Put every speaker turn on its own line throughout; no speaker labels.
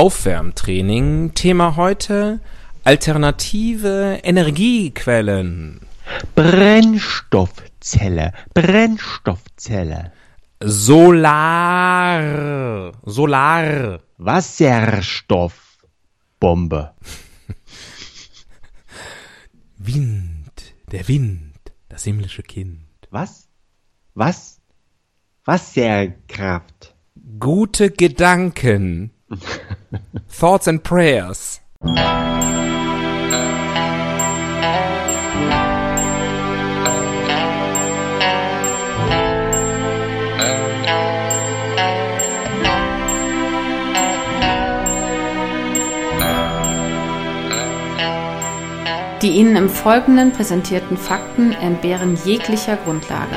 Moderations-Aufwärmtraining. Thema heute: Alternative Energiequellen.
Brennstoffzelle, Brennstoffzelle,
Solar. Solar.
Wasserstoffbombe,
Wind. Der Wind. Das himmlische Kind.
was? Was? Wasserkraft,
Gute Gedanken. Thoughts and Prayers.
Die Ihnen im Folgenden präsentierten Fakten entbehren jeglicher Grundlage.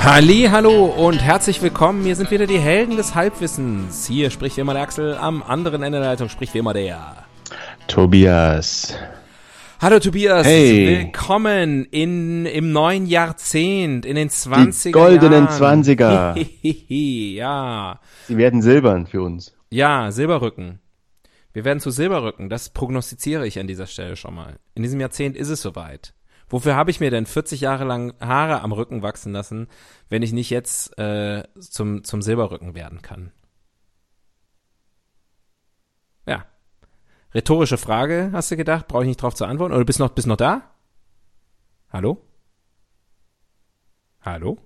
Halli, hallo und herzlich willkommen. Hier sind wieder die Helden des Halbwissens. Hier spricht wie immer der Axel, am anderen Ende der Leitung spricht wie immer der.
Tobias,
Hallo Tobias,
Hey.
willkommen in, im neuen Jahrzehnt, in den 20er
die goldenen
Jahren.
20er,
Hihihi, ja.
sie werden silbern für uns.
Ja, Silberrücken. Wir werden zu Silberrücken, das prognostiziere ich an dieser Stelle schon mal. In diesem Jahrzehnt ist es soweit. Wofür habe ich mir denn 40 Jahre lang Haare am Rücken wachsen lassen, wenn ich nicht jetzt äh, zum, zum Silberrücken werden kann? Ja. Rhetorische Frage, hast du gedacht? Brauche ich nicht drauf zu antworten? Oder bist noch, bist noch da? Hallo? Hallo?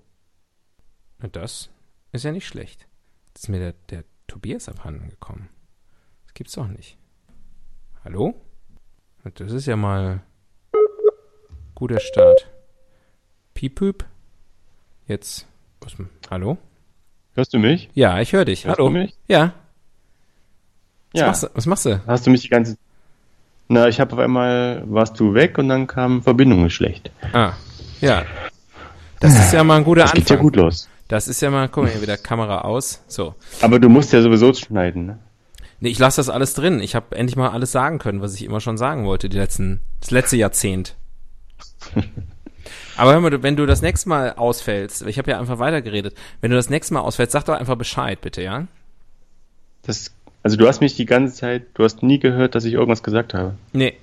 Na, Das ist ja nicht schlecht. Jetzt ist mir der, der Tobias abhanden gekommen. Das gibt's doch nicht. Hallo? Na, Das ist ja mal guter Start. Piepüp. Jetzt. Was, hallo?
Hörst du mich?
Ja, ich höre dich.
Hörst
hallo.
du mich?
Ja. Was,
Ja,
machst du, was machst du?
hast du mich die ganze... Na, ich habe auf einmal, warst du weg und dann kam Verbindung ist schlecht.
Ah, ja. Das ist ja mal ein guter
Das
Anfang.
geht ja gut los.
Das ist ja mal, guck mal, hier wieder Kamera aus. So.
Aber du musst ja sowieso schneiden, ne?
Nee, ich lasse das alles drin. Ich habe endlich mal alles sagen können, was ich immer schon sagen wollte, die letzten, das letzte Jahrzehnt. Aber hör mal, du- wenn du das nächste Mal ausfällst, ich habe ja einfach weitergeredet, wenn du das nächste Mal ausfällst, sag doch einfach Bescheid, bitte, ja?
Das, also du hast mich die ganze Zeit, du hast nie gehört, dass ich irgendwas gesagt habe.
Nee,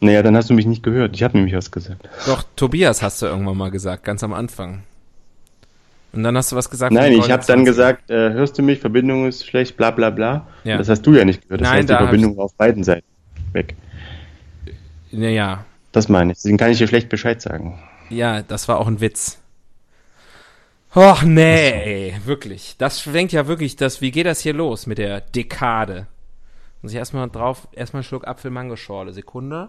Naja, dann hast du mich nicht gehört. Ich habe nämlich was gesagt.
doch, Tobias hast du irgendwann mal gesagt, ganz am Anfang. Und dann hast du was gesagt.
Nein,
von
ich habe dann
29.
gesagt, äh, hörst du mich, Verbindung ist schlecht, bla bla bla.
Ja.
Das hast du ja nicht gehört. Das
Nein,
heißt,
da
die
hab
Verbindung war auf beiden Seiten weg.
Naja,
Das meine ich. Deswegen kann ich dir schlecht Bescheid sagen.
Ja, das war auch ein Witz. Och nee, ey, wirklich. Das schwenkt ja wirklich das, wie geht das hier los mit der Dekade? Muss ich erstmal drauf, erstmal einen Schluck Apfel-Mango-Schorle. Sekunde.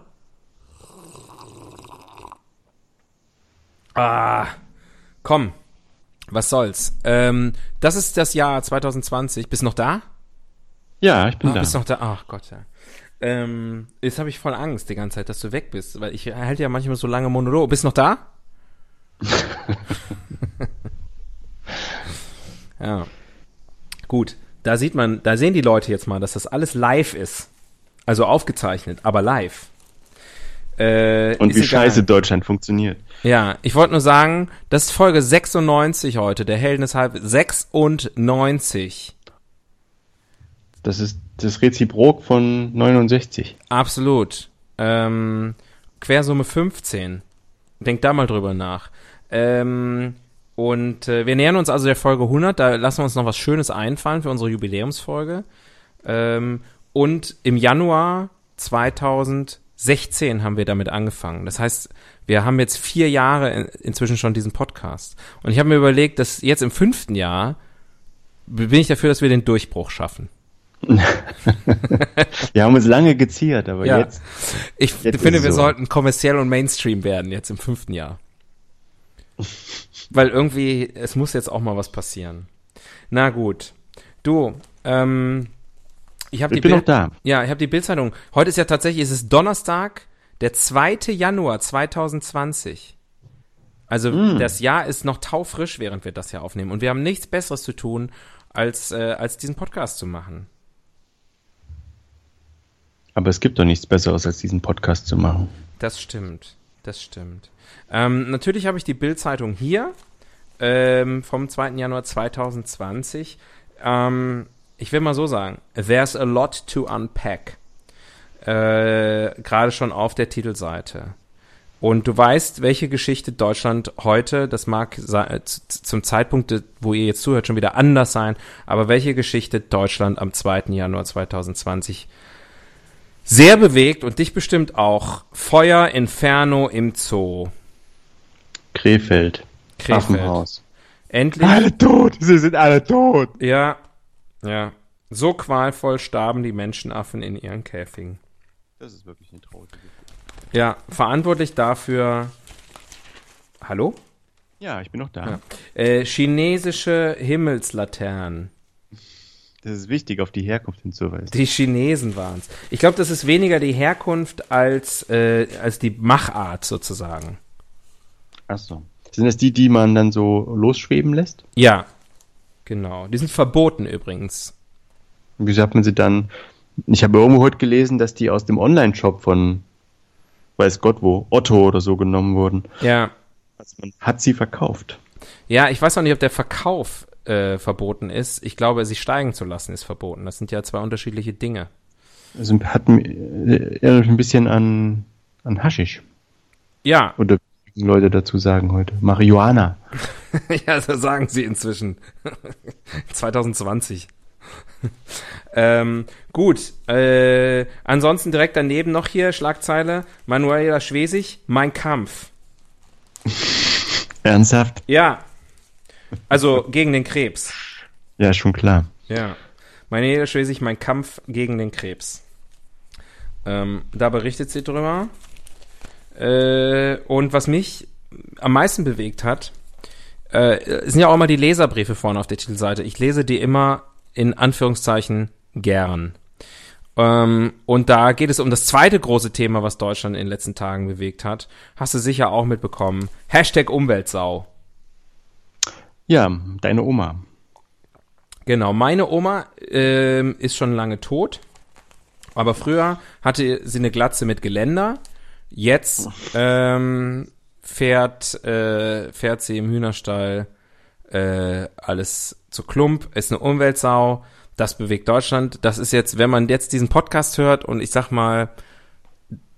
Ah, komm. Was soll's? Ähm, das ist das Jahr 2020. Bist noch da?
Ja, ich bin
Ah,
da.
bist noch da. Ach Gott, ja. Ähm, jetzt habe ich voll Angst die ganze Zeit, dass du weg bist, weil ich halte ja manchmal so lange Monolog. Bist noch da? ja. Gut, da sieht man, da sehen die Leute jetzt mal, dass das alles live ist. Also aufgezeichnet, aber live. Äh,
und
ist
wie
egal.
scheiße Deutschland funktioniert.
Ja, ich wollte nur sagen, das ist Folge 96 heute, der Helden ist halb 96.
Das ist das Reziprok von 69.
Absolut. Ähm, Quersumme 15. Denkt da mal drüber nach. Ähm, und äh, wir nähern uns also der Folge 100. Da lassen wir uns noch was Schönes einfallen für unsere Jubiläumsfolge. Ähm, und im Januar 2016 haben wir damit angefangen. Das heißt, wir haben jetzt vier Jahre in, inzwischen schon diesen Podcast. Und ich habe mir überlegt, dass jetzt im fünften Jahr bin ich dafür, dass wir den Durchbruch schaffen.
Wir haben uns lange geziert, aber
Ja.
jetzt.
Ich
Jetzt ist
finde,
es
wir
so.
sollten kommerziell und Mainstream werden jetzt im fünften Jahr. Weil irgendwie, es muss jetzt auch mal was passieren. Na gut. Du, ähm, Ich habe die
Ich bin noch
Bild,
da.
ja, ich habe die Bildzeitung. Heute ist ja tatsächlich, es ist Donnerstag, der 2. Januar 2020. Also
Hm.
das Jahr ist noch taufrisch, während wir das hier aufnehmen und wir haben nichts besseres zu tun, als äh, als diesen Podcast zu machen.
Aber es gibt doch nichts Besseres, als diesen Podcast zu machen.
Das stimmt. Das stimmt. Ähm, natürlich habe ich die Bild-Zeitung hier ähm, vom 2. Januar 2020. Ähm, ich will mal so sagen, there's a lot to unpack. Äh, Gerade schon auf der Titelseite. Und du weißt, welche Geschichte Deutschland heute, das mag se- äh, z- z- zum Zeitpunkt, de- wo ihr jetzt zuhört, schon wieder anders sein, aber welche Geschichte Deutschland am 2. Januar 2020 sehr bewegt und dich bestimmt auch. Feuer Inferno im Zoo.
Krefeld.
Krefeld.
Affenhaus.
Endlich.
Alle tot! Sie sind alle tot!
Ja. Ja. So qualvoll starben die Menschenaffen in ihren Käfigen.
Das ist wirklich eine traurige
Ja, verantwortlich dafür. Hallo?
Ja, ich bin noch da.
Ja. Äh, chinesische Himmelslaternen.
Das ist wichtig, auf die Herkunft hinzuweisen.
Die Chinesen waren's. Ich glaube, das ist weniger die Herkunft als, äh, als die Machart sozusagen.
Achso. Sind das die, die man dann so losschweben lässt?
Ja. Genau. Die sind verboten übrigens.
Und Wieso hat man sie dann. Ich habe irgendwo heute gelesen, dass die aus dem Online-Shop von weiß Gott wo, Otto oder so genommen wurden.
Ja.
Also man hat sie verkauft.
Ja, ich weiß auch nicht, ob der Verkauf äh, verboten ist. Ich glaube, sie steigen zu lassen ist verboten. Das sind ja zwei unterschiedliche Dinge.
Also hat mi- äh, erinnert mich ein bisschen an, an Haschisch.
Ja,
Oder wie Leute dazu sagen heute. Marihuana.
ja, so sagen sie inzwischen. 2020. ähm, gut, äh, ansonsten direkt daneben noch hier Schlagzeile Manuela Schwesig, Mein Kampf.
Ernsthaft?
Ja, also gegen den Krebs.
Ja, schon klar.
Ja. Meine Nele Schwesig, mein Kampf gegen den Krebs. Ähm, da berichtet sie drüber. Äh, und was mich am meisten bewegt hat, äh, sind ja auch immer die Leserbriefe vorne auf der Titelseite. Ich lese die immer in Anführungszeichen gern. Ähm, und da geht es um das zweite große Thema, was Deutschland in den letzten Tagen bewegt hat. Hast du sicher auch mitbekommen. Hashtag Umweltsau.
Ja, deine Oma.
Genau, meine Oma ähm, ist schon lange tot, aber früher hatte sie eine Glatze mit Geländer. Jetzt ähm, fährt, äh, fährt sie im Hühnerstall äh, alles zu Klump, ist eine Umweltsau, das bewegt Deutschland. Das ist jetzt, wenn man jetzt diesen Podcast hört und ich sag mal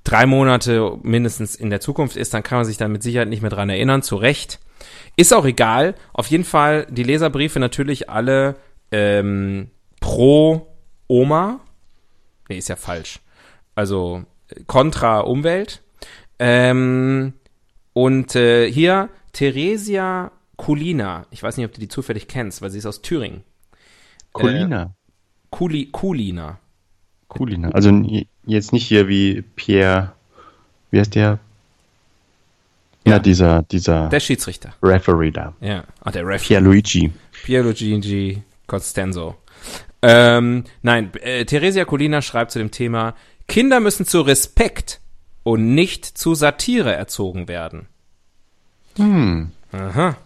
drei Monate mindestens in der Zukunft ist, dann kann man sich dann mit Sicherheit nicht mehr dran erinnern, zu Recht. Ist auch egal. Auf jeden Fall die Leserbriefe natürlich alle ähm, pro Oma. Nee, ist ja falsch. Also äh, kontra Umwelt. Ähm, und äh, hier Theresia Kulina. Ich weiß nicht, ob du die zufällig kennst, weil sie ist aus Thüringen.
Colina.
Kuli, Kulina.
Colina. Also n- jetzt nicht hier wie Pierre. Wie heißt der? Ja, dieser, dieser
Der Schiedsrichter.
Referee da.
Ja. Ah, der Ref.
Pierre Luigi.
Piero Gigi Costanzo. Ähm, nein, äh, Theresia Colina schreibt zu dem Thema, Kinder müssen zu Respekt und nicht zu Satire erzogen werden. Hm. Aha.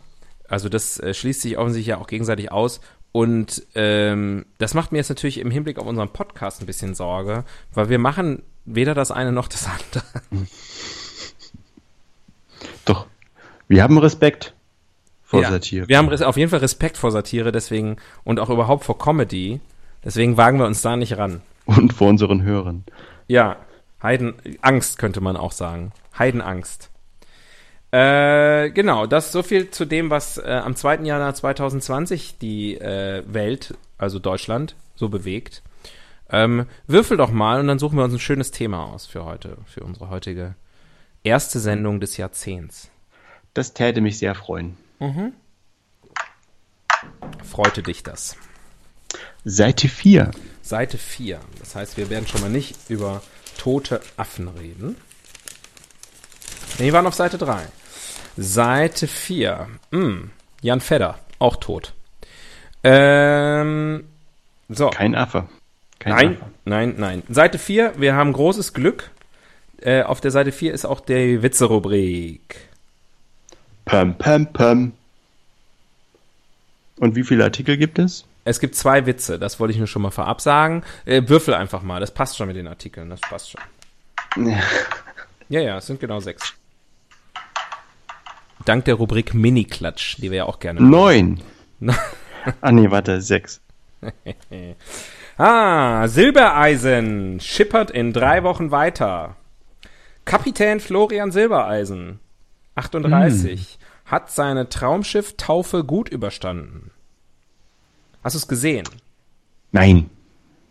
Also das äh, schließt sich offensichtlich ja auch gegenseitig aus. Und ähm, das macht mir jetzt natürlich im Hinblick auf unseren Podcast ein bisschen Sorge, weil wir machen weder das eine noch das andere.
Doch. Wir haben Respekt vor
ja.
Satire.
Wir haben res- auf jeden Fall Respekt vor Satire, deswegen und auch überhaupt vor Comedy. Deswegen wagen wir uns da nicht ran.
Und vor unseren Hörern.
Ja, Heidenangst könnte man auch sagen. Heidenangst. Äh, genau, das so viel zu dem, was äh, am 2. Januar 2020 die äh, Welt, also Deutschland, so bewegt. Ähm, würfel doch mal und dann suchen wir uns ein schönes Thema aus für heute, für unsere heutige erste Sendung des Jahrzehnts.
Das täte mich sehr freuen.
Freute dich das.
Seite 4.
Seite 4. Das heißt, wir werden schon mal nicht über tote Affen reden. Nee, wir waren auf Seite 3. Seite 4. Hm. Jan Fedder, auch tot. Ähm, so,
Kein Affe. kein
nein,
Nachfrage.
nein, nein. Seite 4, wir haben großes Glück. Äh, auf der Seite 4 ist auch die Witze-Rubrik.
Pam, pam, pam. Und wie viele Artikel gibt es?
Es gibt zwei Witze, das wollte ich nur schon mal vorab sagen. Äh, würfel einfach mal, das passt schon mit den Artikeln, das passt schon. Ja, ja, es sind genau sechs. Dank der Rubrik Mini-Klatsch, die wir ja auch gerne
Neun. ah nee, warte, sechs.
Ah, Silbereisen schippert in drei Wochen weiter. Kapitän Florian Silbereisen, 38, hat seine Traumschiff-Taufe gut überstanden. Hast du es gesehen?
Nein,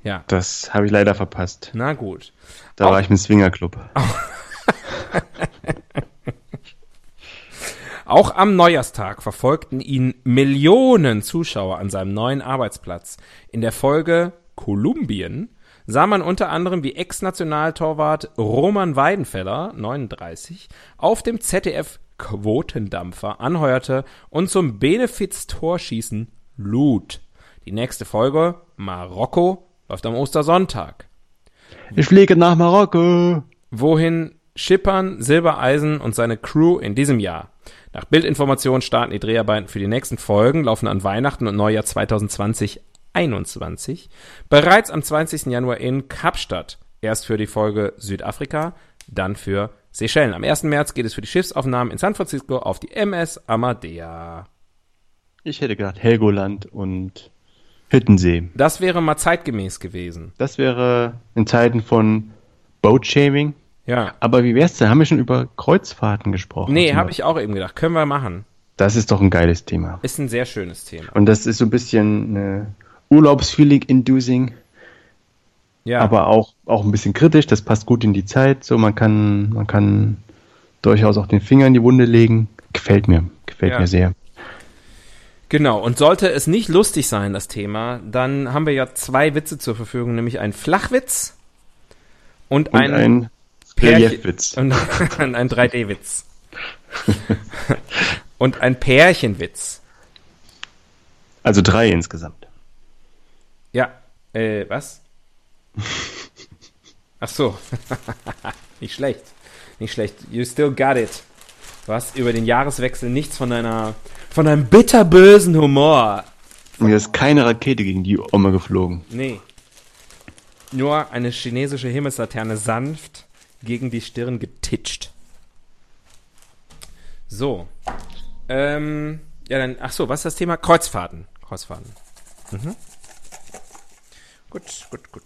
Ja.
das habe ich leider verpasst.
Na gut.
Da
Auch-
war ich im Swingerclub.
Auch am Neujahrstag verfolgten ihn Millionen Zuschauer an seinem neuen Arbeitsplatz. In der Folge Kolumbien sah man unter anderem wie Ex-Nationaltorwart Roman Weidenfeller, 39, auf dem ZDF Quotendampfer anheuerte und zum Benefiz-Torschießen lud. Die nächste Folge, Marokko, läuft am Ostersonntag.
Ich fliege nach Marokko.
Wohin schippern Silbereisen und seine Crew in diesem Jahr? Nach Bildinformationen starten die Dreharbeiten für die nächsten Folgen, laufen an Weihnachten und Neujahr 2020 21 bereits am 20. Januar in Kapstadt. Erst für die Folge Südafrika, dann für Seychellen. Am 1. März geht es für die Schiffsaufnahmen in San Francisco auf die MS Amadea.
Ich hätte gedacht Helgoland und Hüttensee.
Das wäre mal zeitgemäß gewesen.
Das wäre in Zeiten von Boatshaming.
Ja.
Aber wie wär's denn? Haben wir schon über Kreuzfahrten gesprochen?
Nee,
Zum
habe
Beispiel?
ich auch eben gedacht. Können wir machen.
Das ist doch ein geiles Thema.
Ist ein sehr schönes Thema.
Und das ist so ein bisschen äh, Urlaubsfeeling-inducing,
Ja.
aber auch, auch ein bisschen kritisch. Das passt gut in die Zeit. So, man kann, man kann durchaus auch den Finger in die Wunde legen. Gefällt mir. Gefällt
Ja.
mir sehr.
Genau, und sollte es nicht lustig sein, das Thema, dann haben wir ja zwei Witze zur Verfügung, nämlich einen Flachwitz und,
Und
einen
ein Reliefwitz.
Und, und einen 3D-Witz. und ein Pärchenwitz.
Also drei insgesamt.
Ja, äh, was? Ach so. nicht schlecht. Nicht schlecht. You still got it. Du hast über den Jahreswechsel nichts von deiner, von deinem bitterbösen Humor
Mir ist keine Rakete gegen die Oma geflogen.
Nee. Nur eine chinesische Himmelslaterne sanft gegen die Stirn getitscht. So. Ähm, ja, dann, ach so, was ist das Thema? Kreuzfahrten. Kreuzfahrten. Mhm. Gut, gut, gut.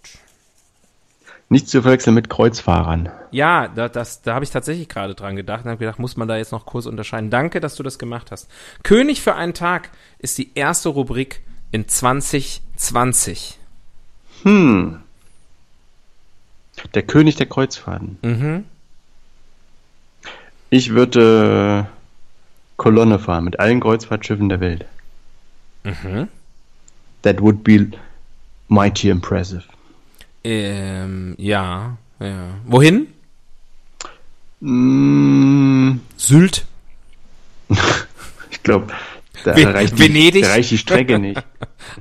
Nicht zu verwechseln mit Kreuzfahrern.
Ja, da, das, da habe ich tatsächlich gerade dran gedacht und habe gedacht, muss man da jetzt noch Kurs unterscheiden. Danke, dass du das gemacht hast. König für einen Tag ist die erste Rubrik in 2020.
Hm. Der König der Kreuzfahrten.
Mhm.
Ich würde äh, Kolonne fahren mit allen Kreuzfahrtschiffen der Welt.
Mhm.
That would be mighty impressive.
Ähm, ja, ja. Wohin?
Mm,
Sylt.
ich glaube, da,
Ve-
reicht die-
Venedig?
da reicht die Strecke nicht.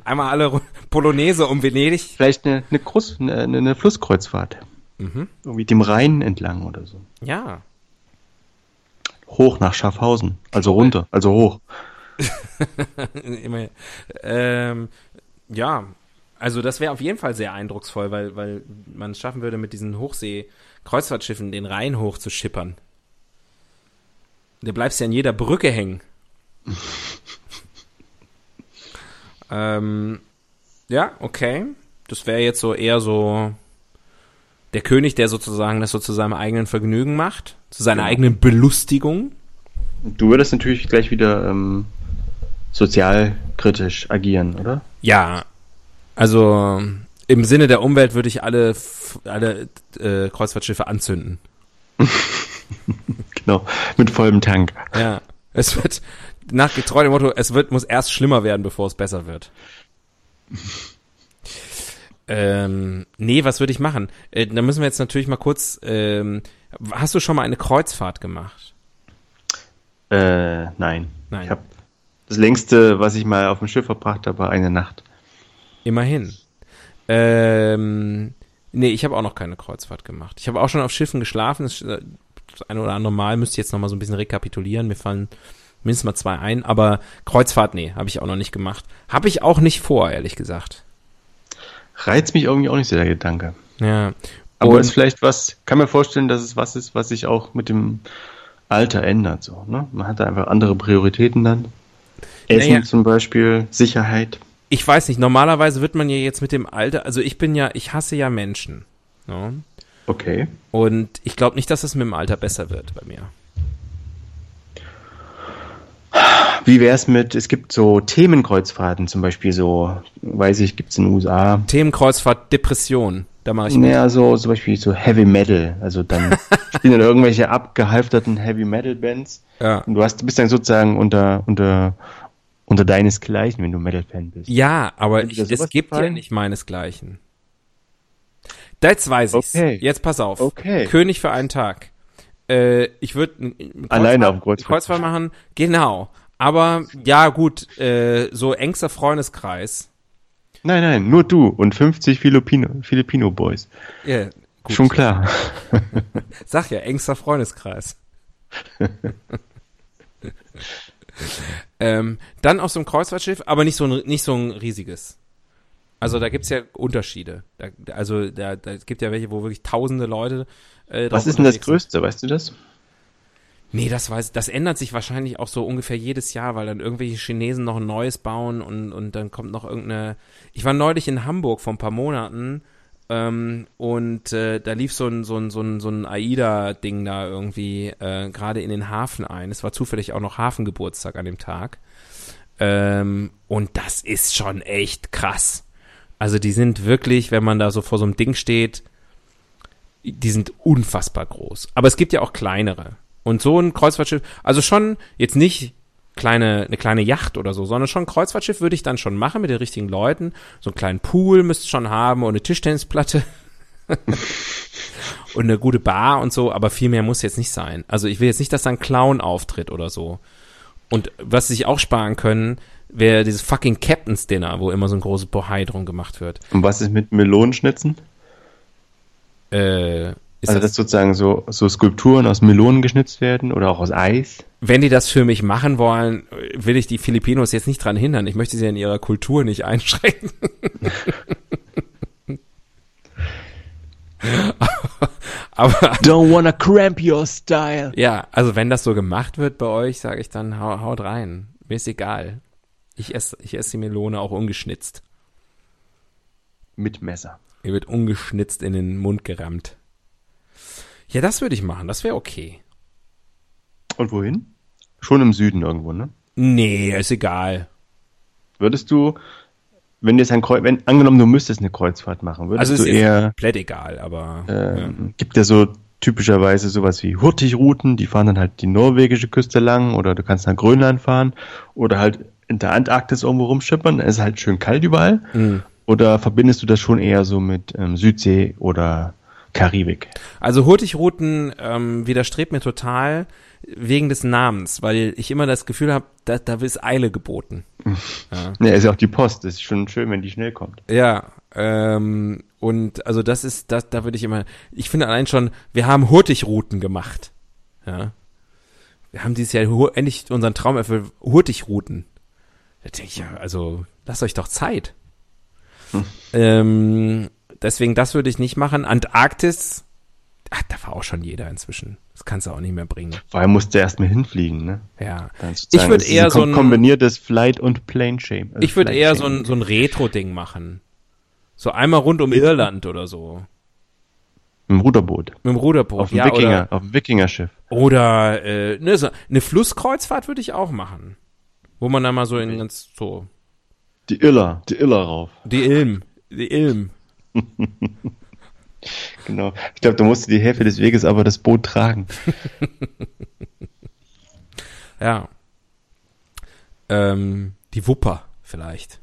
Einmal alle Ru- Polonaise um Venedig.
Vielleicht eine, eine, Groß, eine, eine eine Flusskreuzfahrt.
Mhm.
Irgendwie dem Rhein entlang oder so.
Ja.
Hoch nach Schaffhausen. Also runter, also hoch.
Immerhin. Äh, Ähm, ja. Also das wäre auf jeden Fall sehr eindrucksvoll, weil, weil man es schaffen würde, mit diesen Hochsee-Kreuzfahrtschiffen den Rhein hoch zu schippern. Du bleibst ja an jeder Brücke hängen. ähm, ja, okay. Das wäre jetzt so eher so der König, der sozusagen das so zu seinem eigenen Vergnügen macht, zu seiner eigenen Belustigung.
Du würdest natürlich gleich wieder ähm, sozialkritisch agieren, oder?
Ja, also im Sinne der Umwelt würde ich alle, F- alle äh, Kreuzfahrtschiffe anzünden.
Genau, mit vollem Tank.
Ja. Es wird nach getreu dem Motto, es wird, muss erst schlimmer werden, bevor es besser wird. Ähm, nee, was würde ich machen? Äh, da müssen wir jetzt natürlich mal kurz. Ähm, hast du schon mal eine Kreuzfahrt gemacht?
Äh, nein.
Nein.
Ich hab das längste, was ich mal auf dem Schiff verbracht habe, war eine Nacht.
Immerhin. Ähm, nee, ich habe auch noch keine Kreuzfahrt gemacht. Ich habe auch schon auf Schiffen geschlafen. Das äh, das eine oder andere Mal müsste ich jetzt noch mal so ein bisschen rekapitulieren. Mir fallen mindestens mal zwei ein. Aber Kreuzfahrt, nee, habe ich auch noch nicht gemacht. Habe ich auch nicht vor, ehrlich gesagt.
Reizt mich irgendwie auch nicht so der Gedanke.
Ja.
Aber
Und-
es ist vielleicht was, kann mir vorstellen, dass es was ist, was sich auch mit dem Alter ändert. So, ne? Man hat da einfach andere Prioritäten dann. Essen
Naja.
zum Beispiel, Sicherheit.
ich weiß nicht, normalerweise wird man ja jetzt mit dem Alter, also ich bin ja, ich hasse ja Menschen. Ne?
Okay.
Und ich glaube nicht, dass es mit dem Alter besser wird bei mir.
Wie wäre es mit, es gibt so Themenkreuzfahrten zum Beispiel, so, weiß ich, gibt es in den USA.
Themenkreuzfahrt, Depression, da mache ich mit.
Naja, so zum Beispiel so Heavy Metal. Also dann spielen dann irgendwelche abgehalfterten Heavy Metal Bands.
Ja.
Und du hast, du bist dann sozusagen unter, unter, unter deinesgleichen, wenn du Metal-Fan bist.
Ja, aber
Würde
ich,
dir sowas
es gibt ja
gefallen?
nicht meinesgleichen. Jetzt weiß ich's.
Okay.
Jetzt pass auf.
Okay.
König für einen Tag. Äh, ich würde
Alleine auf dem Kreuzfahrt.
Kreuzfahrt machen. Genau. Aber ja, gut, äh, so engster Freundeskreis.
Nein, nein, nur du und 50 Filipino, Filipino Boys.
Ja, gut.
Schon klar.
Sag ja, engster Freundeskreis. ähm, dann auf so einem Kreuzfahrtschiff, aber nicht so ein, nicht so ein riesiges. Also da gibt's ja Unterschiede. Da, also da, da gibt ja welche, wo wirklich tausende Leute. Äh, drauf
Was ist denn das
unterwegs sind.
Größte, weißt du das?
Nee, das weiß, das ändert sich wahrscheinlich auch so ungefähr jedes Jahr, weil dann irgendwelche Chinesen noch ein neues bauen und, und dann kommt noch irgendeine. Ich war neulich in Hamburg vor ein paar Monaten ähm, und äh, da lief so ein, so ein, so ein, so ein AIDA-Ding da irgendwie äh, gerade in den Hafen ein. Es war zufällig auch noch Hafengeburtstag an dem Tag. Ähm, und das ist schon echt krass. Also die sind wirklich, wenn man da so vor so einem Ding steht, die sind unfassbar groß. Aber es gibt ja auch kleinere. Und so ein Kreuzfahrtschiff, also schon jetzt nicht kleine, eine kleine Yacht oder so, sondern schon ein Kreuzfahrtschiff würde ich dann schon machen mit den richtigen Leuten. So einen kleinen Pool müsst ihr schon haben und eine Tischtennisplatte. und eine gute Bar und so, aber viel mehr muss jetzt nicht sein. Also ich will jetzt nicht, dass da ein Clown auftritt oder so. Und was sie sich auch sparen können, wäre dieses fucking Captain's Dinner, wo immer so ein großes Bohai drum gemacht wird.
Und was ist mit Melonenschnitzen?
Äh, ist
Also, dass sozusagen so, so Skulpturen aus Melonen geschnitzt werden oder auch aus Eis.
wenn die das für mich machen wollen, will ich die Filipinos jetzt nicht dran hindern. Ich möchte sie in ihrer Kultur nicht einschränken. Aber
Don't wanna cramp your style.
ja, also wenn das so gemacht wird bei euch, sage ich dann, hau, haut rein. Mir ist egal. Ich esse ich ess die Melone auch ungeschnitzt.
Mit Messer.
Ihr wird ungeschnitzt in den Mund gerammt. Ja, das würde ich machen. Das wäre okay.
Und wohin? Schon im Süden irgendwo, ne?
Nee, ist egal.
Würdest du, wenn du jetzt ein Kreuz, wenn angenommen du müsstest eine Kreuzfahrt machen, würdest
Also ist
du
jetzt
eher,
komplett egal, aber
äh, gibt ja so typischerweise sowas wie Hurtigrouten, die fahren dann halt die norwegische Küste lang oder du kannst nach Grönland fahren oder halt in der Antarktis irgendwo rumschippern, es ist halt schön kalt überall.
Mhm.
Oder verbindest du das schon eher so mit ähm, Südsee oder Karibik?
Also Hurtigruten ähm, widerstrebt mir total wegen des Namens, weil ich immer das Gefühl habe, da, da ist Eile geboten.
Ja, Ne, ist ja auch die Post, ist schon schön, wenn die schnell kommt.
Ja, ähm, und also das ist, das, da würde ich immer, ich finde allein schon, wir haben Hurtigruten gemacht. Ja. Wir haben dieses Jahr hu- endlich unseren Traum erfüllt, Hurtigruten. Da denke ich ja, also lasst euch doch Zeit. Ähm, deswegen, das würde ich nicht machen. Antarktis, ach, da war auch schon jeder inzwischen. Das kannst du auch nicht mehr bringen.
Vor allem musst du erstmal hinfliegen, ne?
Ja.
Dann
Ich
sozusagen
würde
ist es
eher so
kom-
ein,
kombiniertes Flight und also Plane Shame.
ich würde eher so ein, so ein Retro-Ding machen. So einmal rund um Irland oder so.
Im Ruderboot.
Mit dem Ruderboot.
Auf dem
ja,
Wikinger, auf dem Wikingerschiff.
Oder, oder äh, ne, so, eine Flusskreuzfahrt würde ich auch machen. Wo man dann mal so in ganz so.
Die Iller, die Iller rauf.
Die Ilm. Die Ilm.
Genau. Ich glaube, da musste die Hälfte des Weges aber das Boot tragen.
Ja. Ähm, die Wupper vielleicht.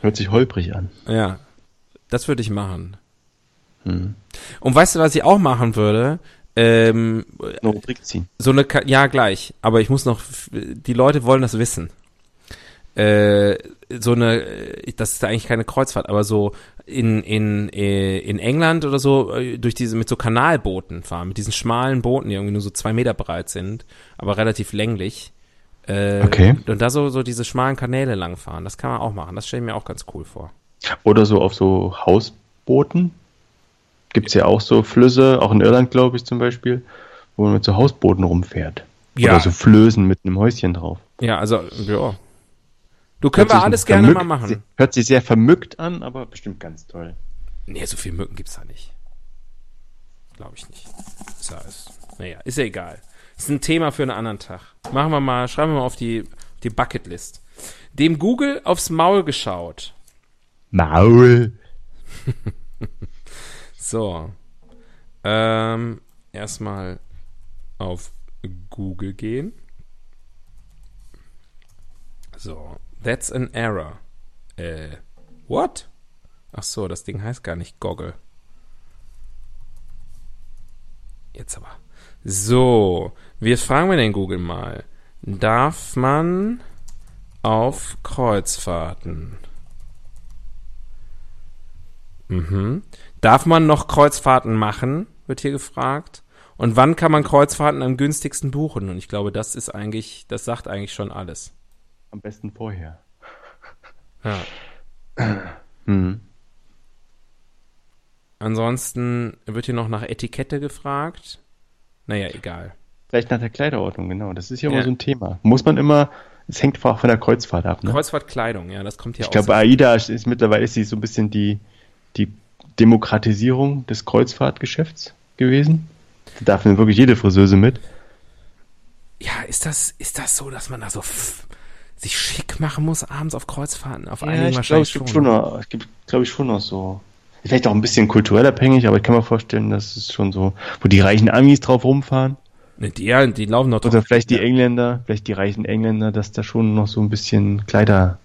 Hört sich holprig an.
Ja. Das würde ich machen.
Hm.
Und weißt du, was ich auch machen würde? Ähm,
Eine Rubrik ziehen.
So eine, Ka ja gleich, aber ich muss noch, f- die Leute wollen das wissen. Äh, so eine, äh, das ist eigentlich keine Kreuzfahrt, aber so in, in, äh, in England oder so äh, durch diese mit so Kanalbooten fahren, mit diesen schmalen Booten, die irgendwie nur so zwei Meter breit sind, aber relativ länglich. Äh,
Okay.
Und da so, so diese schmalen Kanäle langfahren. Das kann man auch machen. Das stelle ich mir auch ganz cool vor.
Oder so auf so Hausbooten. Gibt es ja auch so Flüsse, auch in Irland, glaube ich, zum Beispiel, wo man mit so Hausbooten rumfährt.
Ja.
Oder so Flößen mit einem Häuschen drauf.
Ja, also, ja. Du können
Hört
wir
sich
alles gerne
vermückt-
mal machen.
Hört sich sehr vermückt an, aber bestimmt ganz toll.
Nee, so viel Mücken gibt's da nicht. Glaube ich nicht. Ist ja, ist, naja, ist ja egal. Ist ein Thema für einen anderen Tag. Machen wir mal, schreiben wir mal auf die, die Bucketlist. Dem Google aufs Maul geschaut.
Maul.
So. Ähm, erstmal auf Google gehen. So. That's an error. Äh, what? Ach so, das Ding heißt gar nicht Goggle. Jetzt aber. So. Wir fragen wir den Google mal. Darf man auf Kreuzfahrten? Mhm. Darf man noch Kreuzfahrten machen? Wird hier gefragt. Und wann kann man Kreuzfahrten am günstigsten buchen? Und ich glaube, das ist eigentlich, das sagt eigentlich schon alles.
Am besten vorher.
Ja.
Hm.
Ansonsten wird hier noch nach Etikette gefragt. Naja, egal.
Vielleicht nach der Kleiderordnung, genau. Das ist ja,
Ja.
immer so ein Thema. Muss man immer, es hängt auch von der Kreuzfahrt ab. Ne?
Kreuzfahrtkleidung, ja, das kommt hier
ich glaube, AIDA ist, ist mittlerweile ist sie so ein bisschen die, die Demokratisierung des Kreuzfahrtgeschäfts gewesen. Da darf nun wirklich jede Friseuse mit.
Ja, ist das, ist das so, dass man da so f- sich schick machen muss abends auf Kreuzfahrten? Auf einigen
ich glaube,
wahrscheinlich
es gibt
schon. ne?
schon noch, es gibt, glaube ich, schon noch so. Vielleicht auch ein bisschen kulturell abhängig, aber ich kann mir vorstellen, das ist schon so, wo die reichen Amis drauf rumfahren.
Ne, die, ja, die laufen noch
Oder
drauf.
vielleicht die Engländer, vielleicht die reichen Engländer, dass da schon noch so ein bisschen Kleider,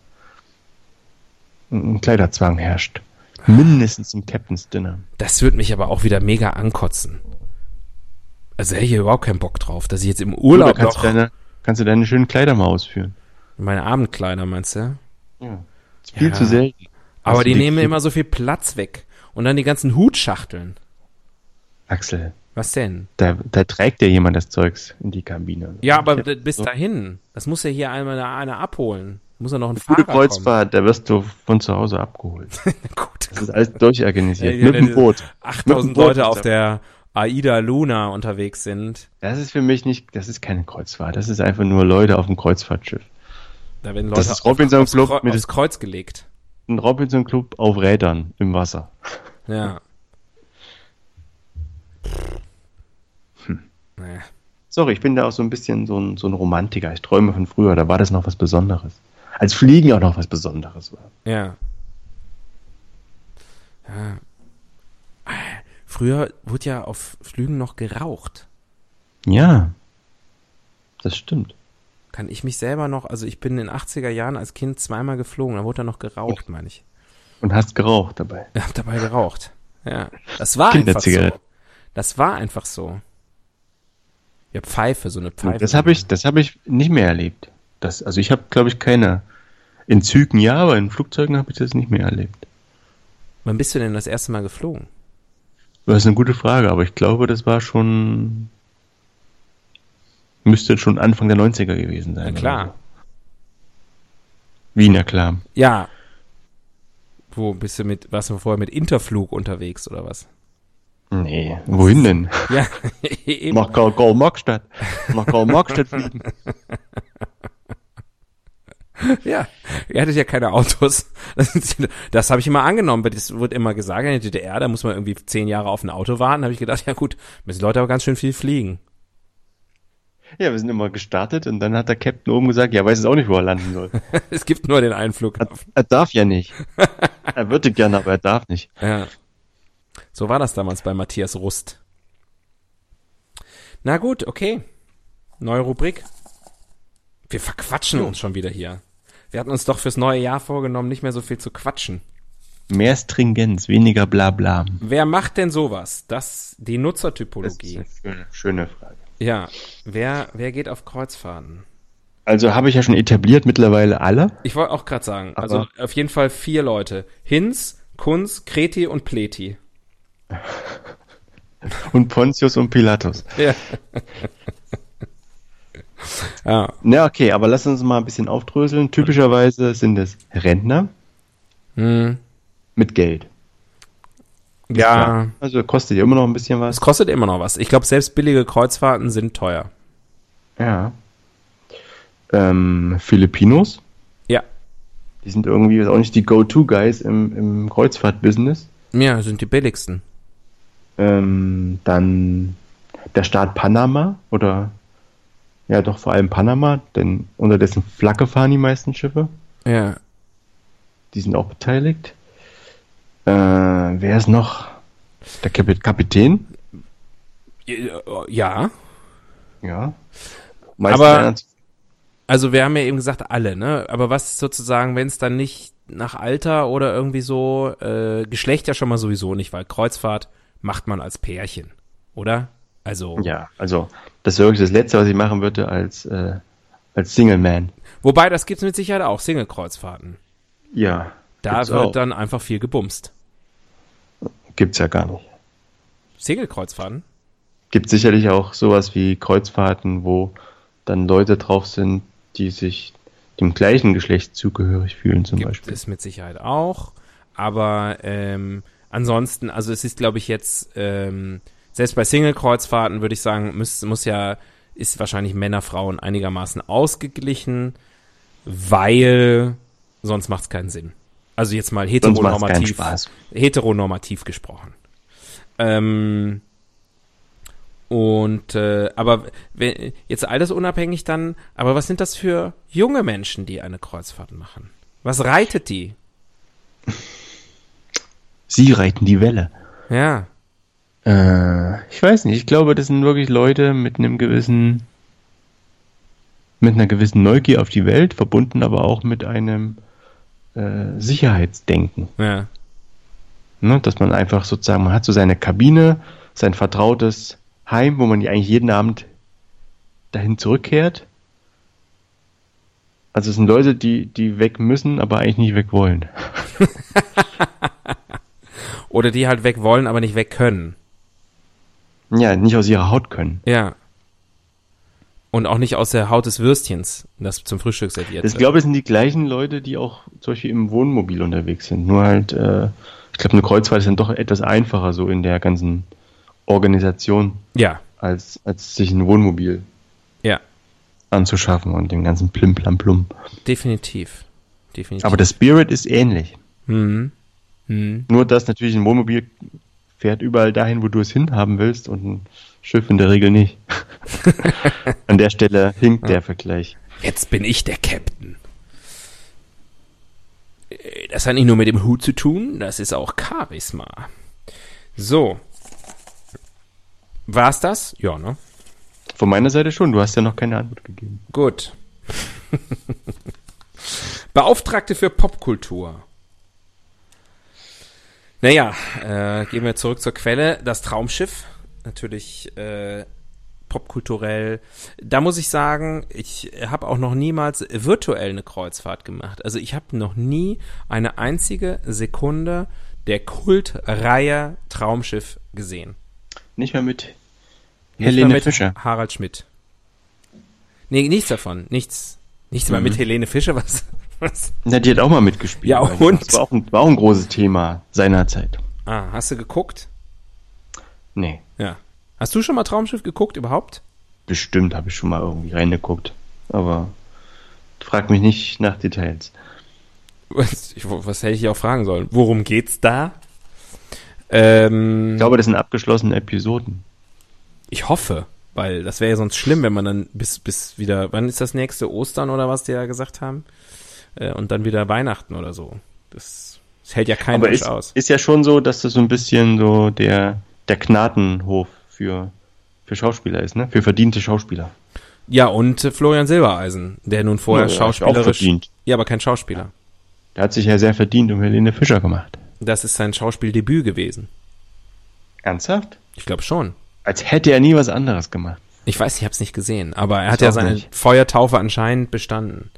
ein Kleiderzwang herrscht.
Hm.
Mindestens zum Captain's Dinner.
Das würde mich aber auch wieder mega ankotzen. Also hätte ich hier überhaupt keinen Bock drauf, dass ich jetzt im
Oder
Urlaub
kannst du,
noch
deine, kannst du deine schönen Kleider mal ausführen.
meine Abendkleider, meinst du?
Ja. Viel
Ja.
zu selten.
Aber
Hast du
die
die-
nehmen immer so viel Platz weg. Und dann die ganzen Hutschachteln.
Axel,
Was denn?
da, da trägt ja jemand das Zeugs in die Kabine.
Ja, aber d- bis dahin. Das muss ja hier einmal einer, einer abholen. Muss ja noch ein
Gute
Fahrer kommen.
Kreuzfahrt, da wirst du von zu Hause abgeholt.
Gut.
Das ist alles durchorganisiert.
Ja,
Mit
ja,
dem Boot.
8000
Mit dem Boot
Leute auf
zusammen.
der Aida Luna unterwegs sind.
Das ist für mich nicht, das ist keine Kreuzfahrt. Das ist einfach nur Leute auf dem Kreuzfahrtschiff.
Da werden Leute
Das ist Robinson
aufs,
Club
Kreu-
mit-
aufs Kreuz gelegt.
Ein Robinson Club auf Rädern im Wasser.
Ja. Hm. Naja.
Sorry, ich bin da auch so ein bisschen so ein, so ein Romantiker. Ich träume von früher, da war das noch was Besonderes. Als Fliegen auch noch was Besonderes war.
Ja. ja. Äh, Früher wurde ja auf Flügen noch geraucht.
Ja. Das stimmt.
Kann ich mich selber noch, also ich bin in den 80er Jahren als Kind zweimal geflogen, da wurde da noch geraucht, meine ich.
Und hast geraucht dabei.
Ich hab dabei geraucht. Ja. Das war einfach so.
Kinderzigarette.
Das war einfach so. Ja, Pfeife, so eine Pfeife.
Das habe ich, das habe ich nicht mehr erlebt. Das, also ich habe, glaube ich, keine. In Zügen ja, aber in Flugzeugen habe ich das nicht mehr erlebt.
Wann bist du denn das erste Mal geflogen?
Das ist eine gute Frage, aber ich glaube, das war schon. Müsste schon Anfang der 90er gewesen sein.
Na
oder
klar.
so. Wie, na klar.
Ja. Wo bist du mit, warst du vorher mit Interflug unterwegs oder was?
Nee. Wohin denn?
Ja, eben.
Nach Karl, Karl Marxstadt. Nach Karl Marxstadt fliegen.
Ja, ihr hattet ja keine Autos. Das habe ich immer angenommen, weil das wird immer gesagt in der DDR, da muss man irgendwie zehn Jahre auf ein Auto warten. Da habe ich gedacht, ja gut, müssen die Leute aber ganz schön viel fliegen.
Ja, wir sind immer gestartet und dann hat der Captain oben gesagt, ja, weiß es auch nicht, wo er landen soll.
Es gibt nur den einen
Er,
Flughafen.
er darf ja nicht. Er würde gerne, aber er darf nicht.
Ja. So war das damals bei Matthias Rust. Na gut, okay. Neue Rubrik. Wir verquatschen uns schon wieder hier. Wir hatten uns doch fürs neue Jahr vorgenommen, nicht mehr so viel zu quatschen.
Mehr Stringenz, weniger Blabla.
Wer macht denn sowas? Das, die
Das ist
Nutzertypologie.
eine schöne, schöne Frage.
Ja, wer, wer geht auf Kreuzfahrten?
Also habe ich ja schon etabliert mittlerweile alle.
Ich wollte auch gerade sagen, also
Aber-
auf jeden Fall vier Leute. Hinz, Kunz, Kreti und Pleti.
Und Pontius und Pilatus.
Ja. ah,
Na, okay, aber lass uns mal ein bisschen aufdröseln. Typischerweise sind es Rentner
hm,
mit Geld.
ja.
Also kostet ja immer noch ein bisschen was.
Es kostet immer noch was. Ich glaube, selbst billige Kreuzfahrten sind teuer.
Ja. Ähm, Filipinos,
Ja.
die sind irgendwie auch nicht die Go-To-Guys im, im Kreuzfahrt-Business.
Ja, sind die billigsten.
Ähm, dann der Staat Panama oder ja doch vor allem Panama, denn unter dessen Flagge fahren die meisten Schiffe.
Ja.
Die sind auch beteiligt. Äh, wer ist noch? Der Kapit Kapitän.
Ja.
Ja.
Aber-
werden-
Also wir haben ja eben gesagt, alle, ne? Aber was sozusagen, wenn es dann nicht nach Alter oder irgendwie so, äh, Geschlecht ja schon mal sowieso nicht, weil Kreuzfahrt macht man als Pärchen, oder? Also,
ja, also das ist wirklich das Letzte, was ich machen würde als, äh, als Single Man.
wobei, das gibt's mit Sicherheit auch, Single-Kreuzfahrten.
Ja.
Da
gibt's
wird
auch.
dann einfach viel gebumst.
Gibt's ja gar nicht.
Single-Kreuzfahrten?
Gibt sicherlich auch sowas wie Kreuzfahrten, wo dann Leute drauf sind, die sich dem gleichen Geschlecht zugehörig fühlen, zum
Gibt
Beispiel.
es mit Sicherheit auch. Aber ähm, ansonsten, also es ist, glaube ich, jetzt, ähm, selbst bei Single-Kreuzfahrten würde ich sagen, muss, muss ja, ist wahrscheinlich Männer, Frauen einigermaßen ausgeglichen, weil sonst macht es keinen Sinn. Also jetzt mal
Sonst macht's keinen
heteronormativ,
Spaß.
heteronormativ gesprochen. Ähm, und äh, aber we- jetzt altersunabhängig dann, aber was sind das für junge Menschen, die eine Kreuzfahrt machen? Was reitet die?
Sie reiten die Welle.
Ja,
Äh, ich weiß nicht, ich glaube, das sind wirklich Leute mit einem gewissen, mit einer gewissen Neugier auf die Welt, verbunden aber auch mit einem äh, Sicherheitsdenken.
ja,
Ne? Dass man einfach sozusagen, man hat so seine Kabine, sein vertrautes Heim, wo man ja eigentlich jeden Abend dahin zurückkehrt. Also es sind Leute, die, die weg müssen, aber eigentlich nicht weg wollen.
oder die halt weg wollen, aber nicht weg können.
Ja, nicht aus ihrer Haut können.
Ja. Und auch nicht aus der Haut des Würstchens, das zum Frühstück serviert
Das, glaube ich, sind die gleichen Leute, die auch zum Beispiel im Wohnmobil unterwegs sind. Nur halt, äh, ich glaube, eine Kreuzfahrt ist dann doch etwas einfacher so in der ganzen Organisation,
Ja,
als, als sich ein Wohnmobil
ja,
anzuschaffen und den ganzen Plimplamplumm.
definitiv. Definitiv.
Aber der Spirit ist ähnlich.
hm. Hm.
Nur, dass natürlich ein Wohnmobil fährt überall dahin, wo du es hinhaben willst und ein Schiff in der Regel nicht. An der Stelle hinkt der Vergleich.
Jetzt bin ich der Captain. Äh, Das hat nicht nur mit dem Hut zu tun, das ist auch Charisma. So. War's das? Ja, ne?
Von meiner Seite schon, du hast ja noch keine Antwort gegeben.
Gut. Beauftragte für Popkultur. Naja, äh, gehen wir zurück zur Quelle. Das Traumschiff, natürlich äh, popkulturell. Da muss ich sagen, ich habe auch noch niemals virtuell eine Kreuzfahrt gemacht. Also ich habe noch nie eine einzige Sekunde der Kultreihe Traumschiff gesehen.
Nicht mehr mit
Nicht
Helene
mal mit
Fischer.
Harald Schmidt. Nee, nichts davon. Nichts. Nichts mal
Mhm.
mit Helene Fischer, was? was?
Na, die hat auch mal mitgespielt. Also,
Ja, und?
Das war auch, ein, war auch ein großes Thema seinerzeit.
Ah, hast du geguckt?
Nee,
Ja. Hast du schon mal Traumschiff geguckt überhaupt?
bestimmt habe ich schon mal irgendwie reingeguckt. Aber frag mich nicht nach Details.
Was, ich, was hätte ich auch fragen sollen? Worum geht's da? Ähm,
Ich glaube, das sind abgeschlossene Episoden.
Ich hoffe, weil das wäre ja sonst schlimm, wenn man dann bis, bis wieder, wann ist das nächste Ostern oder was die ja gesagt haben? Äh, und dann wieder Weihnachten oder so. Das, das hält ja kein
Aber
Mensch
ist,
aus.
ist ja schon so, dass das so ein bisschen so der, der Gnadenhof für, für Schauspieler ist, ne? Für verdiente Schauspieler.
Ja, und äh, Florian Silbereisen, der nun vorher
Ja, ja, hat auch
Oh, schauspielerisch.
verdient.
Ja, aber kein Schauspieler.
Der hat sich ja sehr verdient um Helene Fischer gemacht.
Das ist sein Schauspieldebüt gewesen.
Ernsthaft?
Ich glaube schon.
Als hätte er nie was anderes gemacht.
Ich weiß, ich habe es nicht gesehen, aber er hat
Ich
ja
auch
seine
nicht.
Feuertaufe anscheinend bestanden.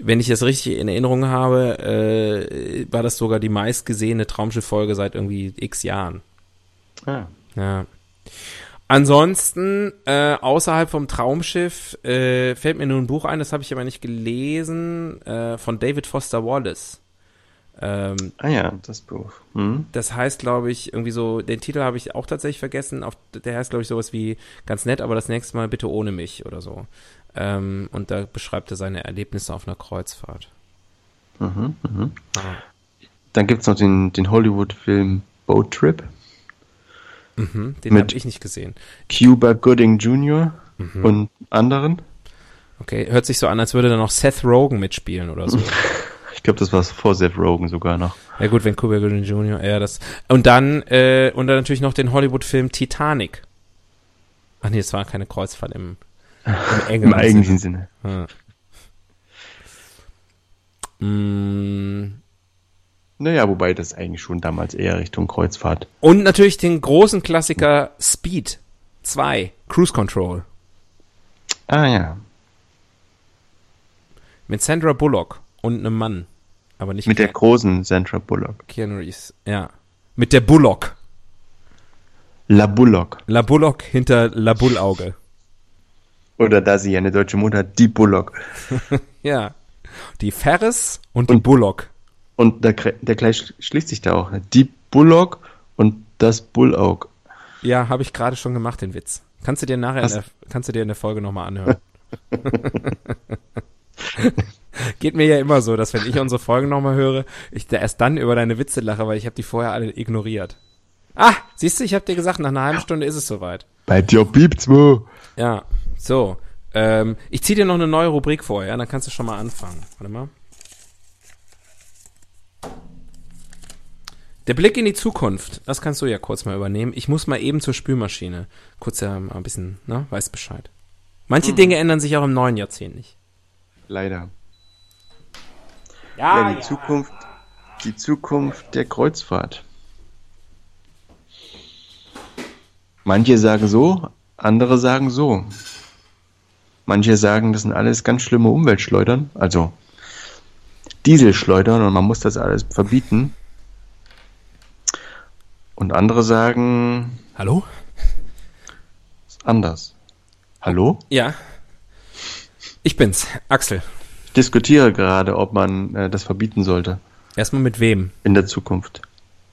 wenn ich das richtig in Erinnerung habe, äh, war das sogar die meistgesehene Traumschiff-Folge seit irgendwie x Jahren.
Ah.
Ja. Ansonsten, äh, außerhalb vom Traumschiff, äh, fällt mir nur ein Buch ein, das habe ich aber nicht gelesen, äh, von David Foster Wallace. Ähm,
ah ja, das Buch. Hm.
das heißt, glaube ich, irgendwie so, den Titel habe ich auch tatsächlich vergessen. Auf, der heißt, glaube ich, sowas wie ganz nett, aber das nächste Mal bitte ohne mich oder so. Ähm, und da beschreibt er seine Erlebnisse auf einer Kreuzfahrt.
Mhm, mhm.
Ah.
Dann gibt es noch den, den Hollywood-Film Boat Trip.
Mhm, den
Mit-
habe ich nicht gesehen.
Cuba Gooding Jr.
Mhm.
und anderen.
Okay, hört sich so an, als würde da noch Seth Rogen mitspielen oder so.
Ich glaube, das war vor Seth Rogen sogar noch.
Ja gut, wenn Cuba Gooding Jr., ja, das. Und dann, äh, und dann natürlich noch den Hollywood-Film Titanic. Ach nee, es war keine Kreuzfahrt im, im
Im
England.
eigentlichen Sinne.
Ja. Mm.
Naja, wobei das eigentlich schon damals eher Richtung Kreuzfahrt.
Und natürlich den großen Klassiker Speed 2, Cruise Control,
Ah ja.
mit Sandra Bullock und einem Mann. Aber nicht
Mit der großen Sandra Bullock.
Keanu Reeves. Ja. Mit der Bullock.
La Bullock.
La Bullock hinter La Bullauge.
Oder da sie ja eine deutsche Mutter hat, die Bullock.
Ja. Die Ferris und die Bullock.
Und der, Kre- der gleich schließt sich da auch. ne? Die Bullock und das Bullock.
Ja, habe ich gerade schon gemacht, den Witz. Kannst du dir nachher in
Hast-
der, kannst du dir in der Folge nochmal anhören. Geht mir ja immer so, dass wenn ich unsere Folgen nochmal höre, ich da erst dann über deine Witze lache, weil ich habe die vorher alle ignoriert. Ah, siehst du, ich habe dir gesagt, nach einer halben Stunde ist es soweit.
Bei dir piept's wo.
Ja, so. Ähm, ich ziehe dir noch eine neue Rubrik vor, ja, dann kannst du schon mal anfangen. Warte mal. Der Blick in die Zukunft, das kannst du ja kurz mal übernehmen. Ich muss mal eben zur Spülmaschine. Kurz ja mal ein bisschen, ne, weiß Bescheid. Manche Dinge ändern sich auch im neuen Jahrzehnt nicht.
Leider. Ja, die Zukunft, die Zukunft der Kreuzfahrt. Manche sagen so, andere sagen so. Manche sagen, das sind alles ganz schlimme Umweltschleudern, also Dieselschleudern und man muss das alles verbieten. Und andere sagen
Hallo?
ist anders. Hallo?
Ja. Ich bin's, Axel.
Ich diskutiere gerade, ob man äh, das verbieten sollte
Erstmal mit wem?
in der Zukunft.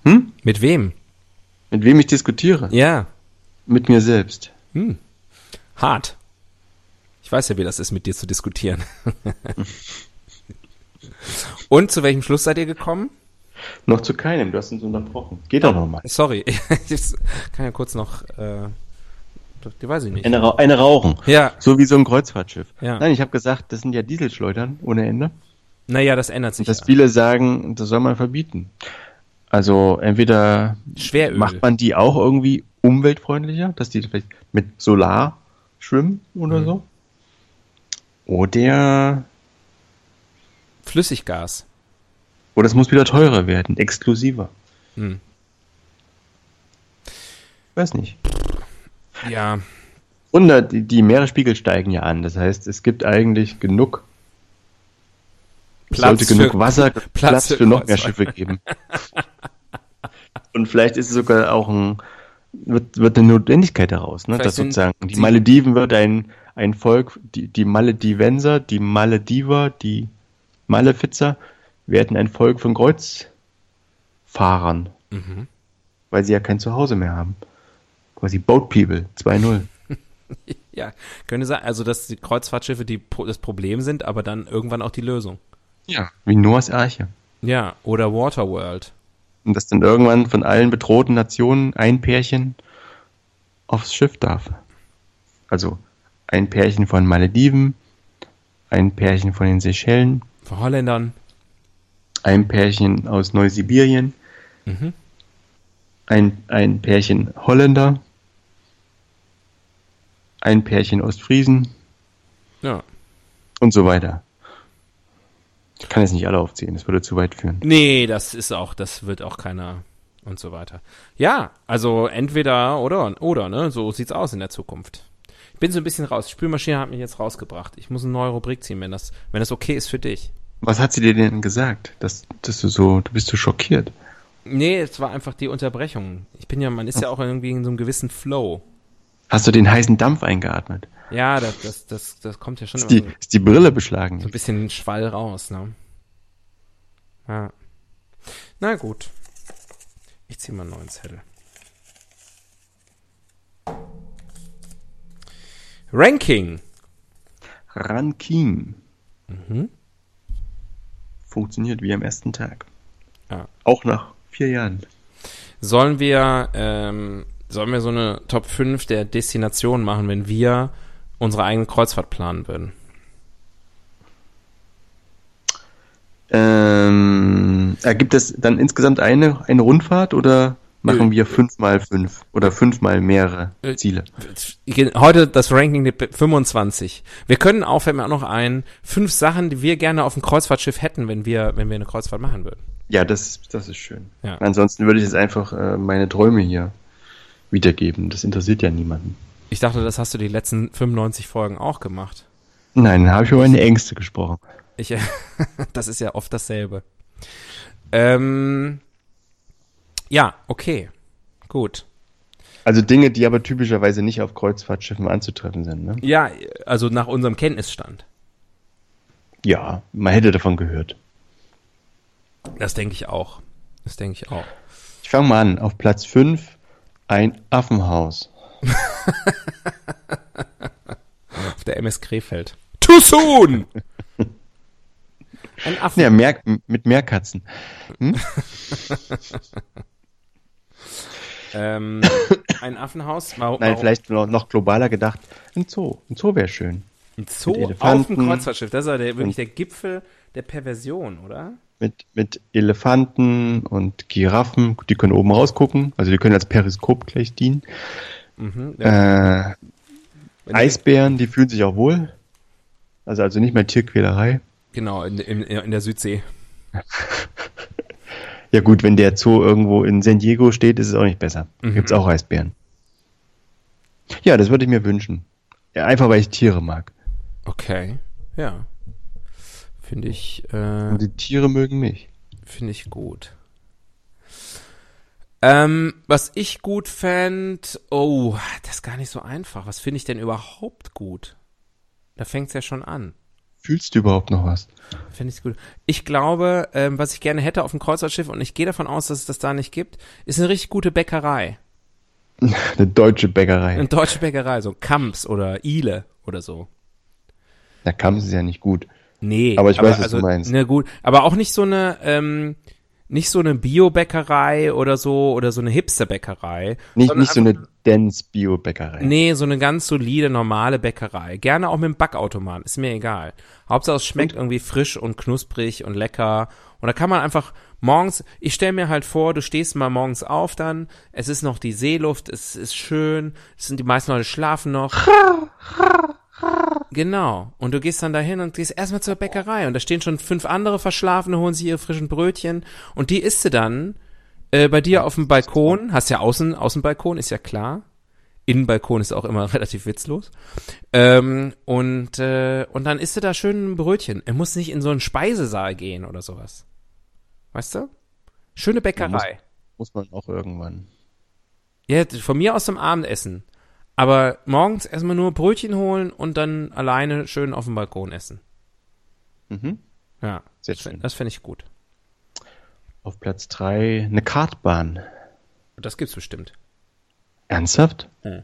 Mit wem?
Mit wem ich diskutiere?
Ja.
Mit mir selbst.
Hart. Ich weiß ja, wie das ist, mit dir zu diskutieren. Und zu welchem Schluss seid ihr gekommen?
Noch zu keinem, du hast uns unterbrochen. Geht doch nochmal.
Sorry, ich kann ja kurz noch, äh, die weiß ich nicht.
Eine, Ra eine rauchen.
Ja,
So wie so ein Kreuzfahrtschiff.
Ja.
Nein, ich habe gesagt, das sind ja Dieselschleudern ohne Ende.
naja, das ändert sich.
Dass
ja.
viele sagen, das soll man verbieten. Also entweder
Schweröl.
macht man die auch irgendwie umweltfreundlicher, dass die vielleicht mit Solar schwimmen oder so. Oder,
Flüssiggas.
oder es muss wieder teurer werden, exklusiver.
Hm.
Weiß nicht.
Ja,
Und da- die, die Meeresspiegel steigen ja an. Das heißt, es gibt eigentlich genug. Es
Platz
sollte genug
für-
Wasser, Platz,
für
für, noch mehr
Kreuzfahrt.
Schiffe geben. Und vielleicht ist es sogar auch ein, wird, wird eine Notwendigkeit daraus, ne?
Vielleicht
dass
sind
sozusagen die,
die-
Malediven wird ein, ein Volk, die, die Maledivenser, die Malediver, die Malefitzer werden ein Volk von Kreuzfahrern, weil sie ja kein Zuhause mehr haben. Quasi Boat People 2.0.
ja, könnte sein, also dass die Kreuzfahrtschiffe die, Pro- das Problem sind, aber dann irgendwann auch die Lösung.
Ja. Wie Noahs Arche.
Ja, oder Waterworld.
Und dass dann irgendwann von allen bedrohten Nationen ein Pärchen aufs Schiff darf. Also ein Pärchen von Malediven, ein Pärchen von den Seychellen,
Für Holländern.
ein Pärchen aus Neusibirien, ein, ein Pärchen Holländer, ein Pärchen Ostfriesen
Ja.
und so weiter. Ich kann jetzt nicht alle aufzählen, das würde zu weit führen.
Nee, das ist auch, das wird auch keiner und so weiter. Ja, also entweder oder, oder, ne? So sieht's aus in der Zukunft. Ich bin so ein bisschen raus. Die Spülmaschine hat mich jetzt rausgebracht. Ich muss eine neue Rubrik ziehen, wenn das, wenn das okay ist für dich.
Was hat sie dir denn gesagt? Dass, dass du so, du bist so schockiert.
Nee, es war einfach die Unterbrechung. Ich bin ja, man ist ja auch irgendwie in so einem gewissen Flow.
Hast du den heißen Dampf eingeatmet?
Ja, das, das, das, das kommt ja schon
Ist die,
immer so-
ist die Brille beschlagen?
so ein bisschen Schwall raus, ne? Ja. Na gut. Ich zieh mal einen neuen Zettel. Ranking.
Ranking.
Mhm.
Funktioniert wie am ersten Tag.
Ja.
Auch nach vier Jahren.
Sollen wir, ähm, sollen wir so eine Top 5 der Destination machen, wenn wir unsere eigene Kreuzfahrt planen würden?
Ähm, ergibt es dann insgesamt eine, eine Rundfahrt oder machen
Nö.
wir fünf mal fünf oder fünf mal mehrere
Äh,
Ziele?
Heute das Ranking der 25. Wir können auch, fällt mir auch noch ein, fünf Sachen, die wir gerne auf dem Kreuzfahrtschiff hätten, wenn wir, wenn wir eine Kreuzfahrt machen würden.
Ja, das, das ist schön.
Ja.
Ansonsten würde ich jetzt einfach äh, meine Träume hier wiedergeben. Das interessiert ja niemanden.
Ich dachte, das hast du die letzten 95 Folgen auch gemacht.
Nein, da habe ich über meine Ängste gesprochen.
Ich, äh, das ist ja oft dasselbe. Ähm, ja, okay. Gut.
Also Dinge, die aber typischerweise nicht auf Kreuzfahrtschiffen anzutreffen sind. Ne?
Ja, also nach unserem Kenntnisstand.
Ja, man hätte davon gehört.
Das denke ich auch. Das denke ich auch.
Ich fange mal an. Auf Platz 5 ein Affenhaus.
Auf der MS Krefeld. Too soon! Ein Affen.
Ja, mehr, mit mehr Katzen.
Ähm, ein Affenhaus.
Nein, vielleicht noch, noch globaler gedacht. Ein Zoo. Ein Zoo wäre schön.
Ein Zoo
mit
auf
Elefanten.
dem Kreuzfahrtschiff. Das ist ja der, wirklich der Gipfel der Perversion, oder?
Mit, mit Elefanten und Giraffen. Die können oben rausgucken. Also die können als Periskop gleich dienen.
Mhm. Ja.
Äh,
Wenn du-
Eisbären, die fühlen sich auch wohl. Also, also nicht mehr Tierquälerei.
Genau, in, in, in der Südsee.
Ja gut, wenn der Zoo irgendwo in San Diego steht, ist es auch nicht besser.
Mhm.
Gibt's Gibt es auch Eisbären. Ja, das würde ich mir wünschen. Ja, einfach weil ich Tiere mag.
Okay. Ja. Finde ich, äh,
Und die Tiere mögen mich.
finde ich gut. Ähm, was ich gut fänd, oh, das ist gar nicht so einfach. Was finde ich denn überhaupt gut? Da fängt's ja schon an.
Fühlst du überhaupt noch was?
Finde ich gut. Ich glaube, ähm, was ich gerne hätte auf dem Kreuzfahrtschiff, und ich gehe davon aus, dass es das da nicht gibt, ist eine richtig gute Bäckerei.
Eine deutsche Bäckerei.
Eine deutsche Bäckerei, so Kamps oder Ile oder so.
Da kam es ja nicht gut.
Nee,
Aber ich weiß, was du meinst.
Ne, gut, aber auch nicht so eine, ähm, nicht so eine Bio-Bäckerei oder so oder so eine Hipster-Bäckerei.
Nicht,
sondern
nicht so eine Dance-Bio-Bäckerei.
Nee, so eine ganz solide, normale Bäckerei. Gerne auch mit dem Backautomat, ist mir egal. Hauptsache es schmeckt irgendwie frisch und knusprig und lecker. Und da kann man einfach morgens, ich stell mir halt vor, du stehst mal morgens auf dann, es ist noch die Seeluft, es ist schön, es sind die meisten Leute schlafen noch. Genau. Und du gehst dann dahin und gehst erstmal zur Bäckerei und da stehen schon fünf andere Verschlafene, holen sich ihre frischen Brötchen und die isst du dann äh, bei dir auf dem Balkon, hast ja außen Außenbalkon, ist ja klar. Innenbalkon ist auch immer relativ witzlos. Ähm, und, äh, und dann isst du da schön ein Brötchen. Er muss nicht in so einen Speisesaal gehen oder sowas. Weißt du? Schöne Bäckerei.
Muss man auch irgendwann.
Ja, von mir aus zum Abendessen. Aber morgens erstmal nur Brötchen holen und dann alleine schön auf dem Balkon essen.
Mhm.
Ja,
Sehr
das fänd-
schön.
das finde ich gut.
Auf Platz 3 eine Kartbahn.
Das gibt's bestimmt.
Ernsthaft?
Mhm.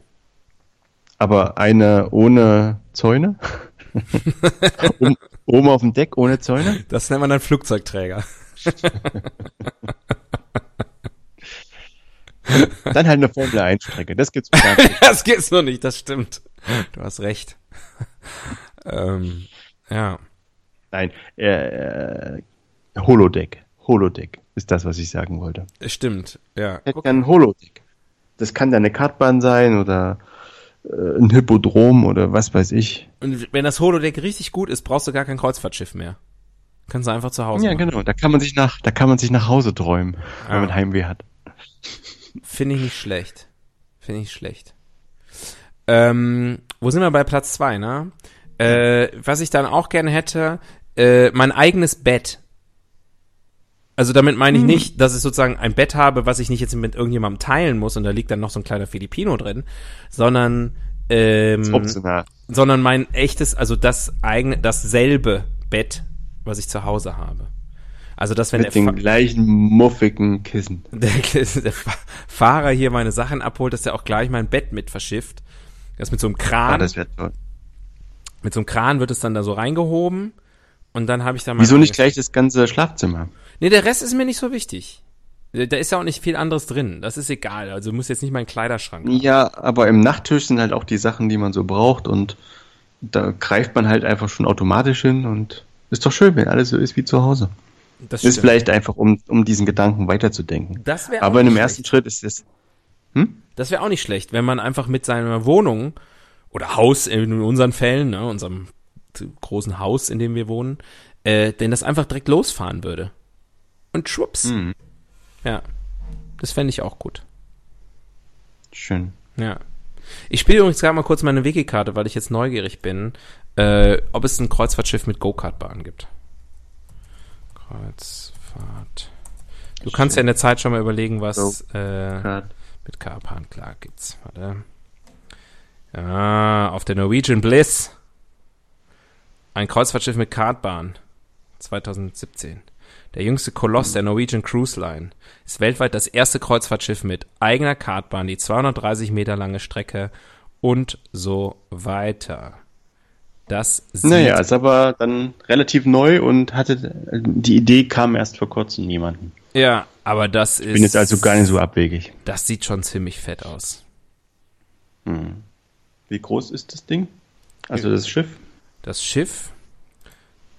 Aber eine ohne Zäune? oben, oben auf dem Deck ohne Zäune?
Das nennt man dann Flugzeugträger.
Dann halt eine Formel-1-Strecke. Das gibt's gar nicht.
Das gibt's noch nicht, das stimmt. Du hast recht. ähm, ja.
Nein. Äh, äh, Holodeck. Holodeck ist das, was ich sagen wollte.
Stimmt, ja.
hätte gern ein Holodeck. Das kann dann eine Kartbahn sein oder äh, ein Hippodrom oder was weiß ich.
Und wenn das Holodeck richtig gut ist, brauchst du gar kein Kreuzfahrtschiff mehr. Kannst du einfach zu Hause
Ja,
machen.
genau. Da kann man sich nach, da kann man sich nach Hause träumen, wenn man Heimweh hat.
Finde ich nicht schlecht. Finde ich nicht schlecht. Ähm, wo sind wir bei Platz zwei? ne? Äh, was ich dann auch gerne hätte, äh, mein eigenes Bett. Also damit meine ich nicht, dass ich sozusagen ein Bett habe, was ich nicht jetzt mit irgendjemandem teilen muss und da liegt dann noch so ein kleiner Filipino drin, sondern
Ist
ähm,
optional.
sondern mein echtes, also das eigene, dasselbe Bett, was ich zu Hause habe. Also das, wenn der,
Mit den
Fa-
gleichen muffigen Kissen.
der, der Fa- Fahrer hier meine Sachen abholt, dass er auch gleich mein Bett mit verschifft. Das mit so einem Kran,
Ah, das wäre toll.
mit so einem Kran wird es dann da so reingehoben und dann habe ich da mein
Wieso nicht
eigenes-
gleich das ganze Schlafzimmer?
Nee, der Rest ist mir nicht so wichtig. Da ist ja auch nicht viel anderes drin. Das ist egal. Also muss jetzt nicht mein Kleiderschrank. haben.
Ja, aber im Nachttisch sind halt auch die Sachen, die man so braucht und da greift man halt einfach schon automatisch hin und ist doch schön, wenn alles so ist wie zu Hause.
Das
Ist
stimmt.
vielleicht einfach, um, um diesen Gedanken weiterzudenken.
Das wäre
aber
auch
in dem
nicht
ersten
schlecht.
Schritt ist es,
Das wäre auch nicht schlecht, wenn man einfach mit seiner Wohnung oder Haus in unseren Fällen, ne, unserem t- großen Haus, in dem wir wohnen, äh, denn das einfach direkt losfahren würde. Und schwupps. Ja. Das fände ich auch gut.
schön.
Ja. Ich spiele übrigens gerade mal kurz meine Wiki-Karte, weil ich jetzt neugierig bin, äh, ob es ein Kreuzfahrtschiff mit Go-Kart-Bahn gibt. Kreuzfahrt. Du kannst ja in der Zeit schon mal überlegen, was äh,
Ja,
mit Karpan klar gibt's. Warte. Ja, auf der Norwegian Bliss. Ein Kreuzfahrtschiff mit Kartbahn. 2017. Der jüngste Koloss der Norwegian Cruise Line ist weltweit das erste Kreuzfahrtschiff mit eigener Kartbahn, die 230 Meter lange Strecke und so weiter. Das sieht
Naja, ist aber dann relativ neu und hatte, die Idee kam erst vor kurzem jemanden.
ja, aber das ist
Bin jetzt also gar nicht so abwegig.
Das sieht schon ziemlich fett aus.
Wie groß ist das Ding? Also das Schiff
Das Schiff.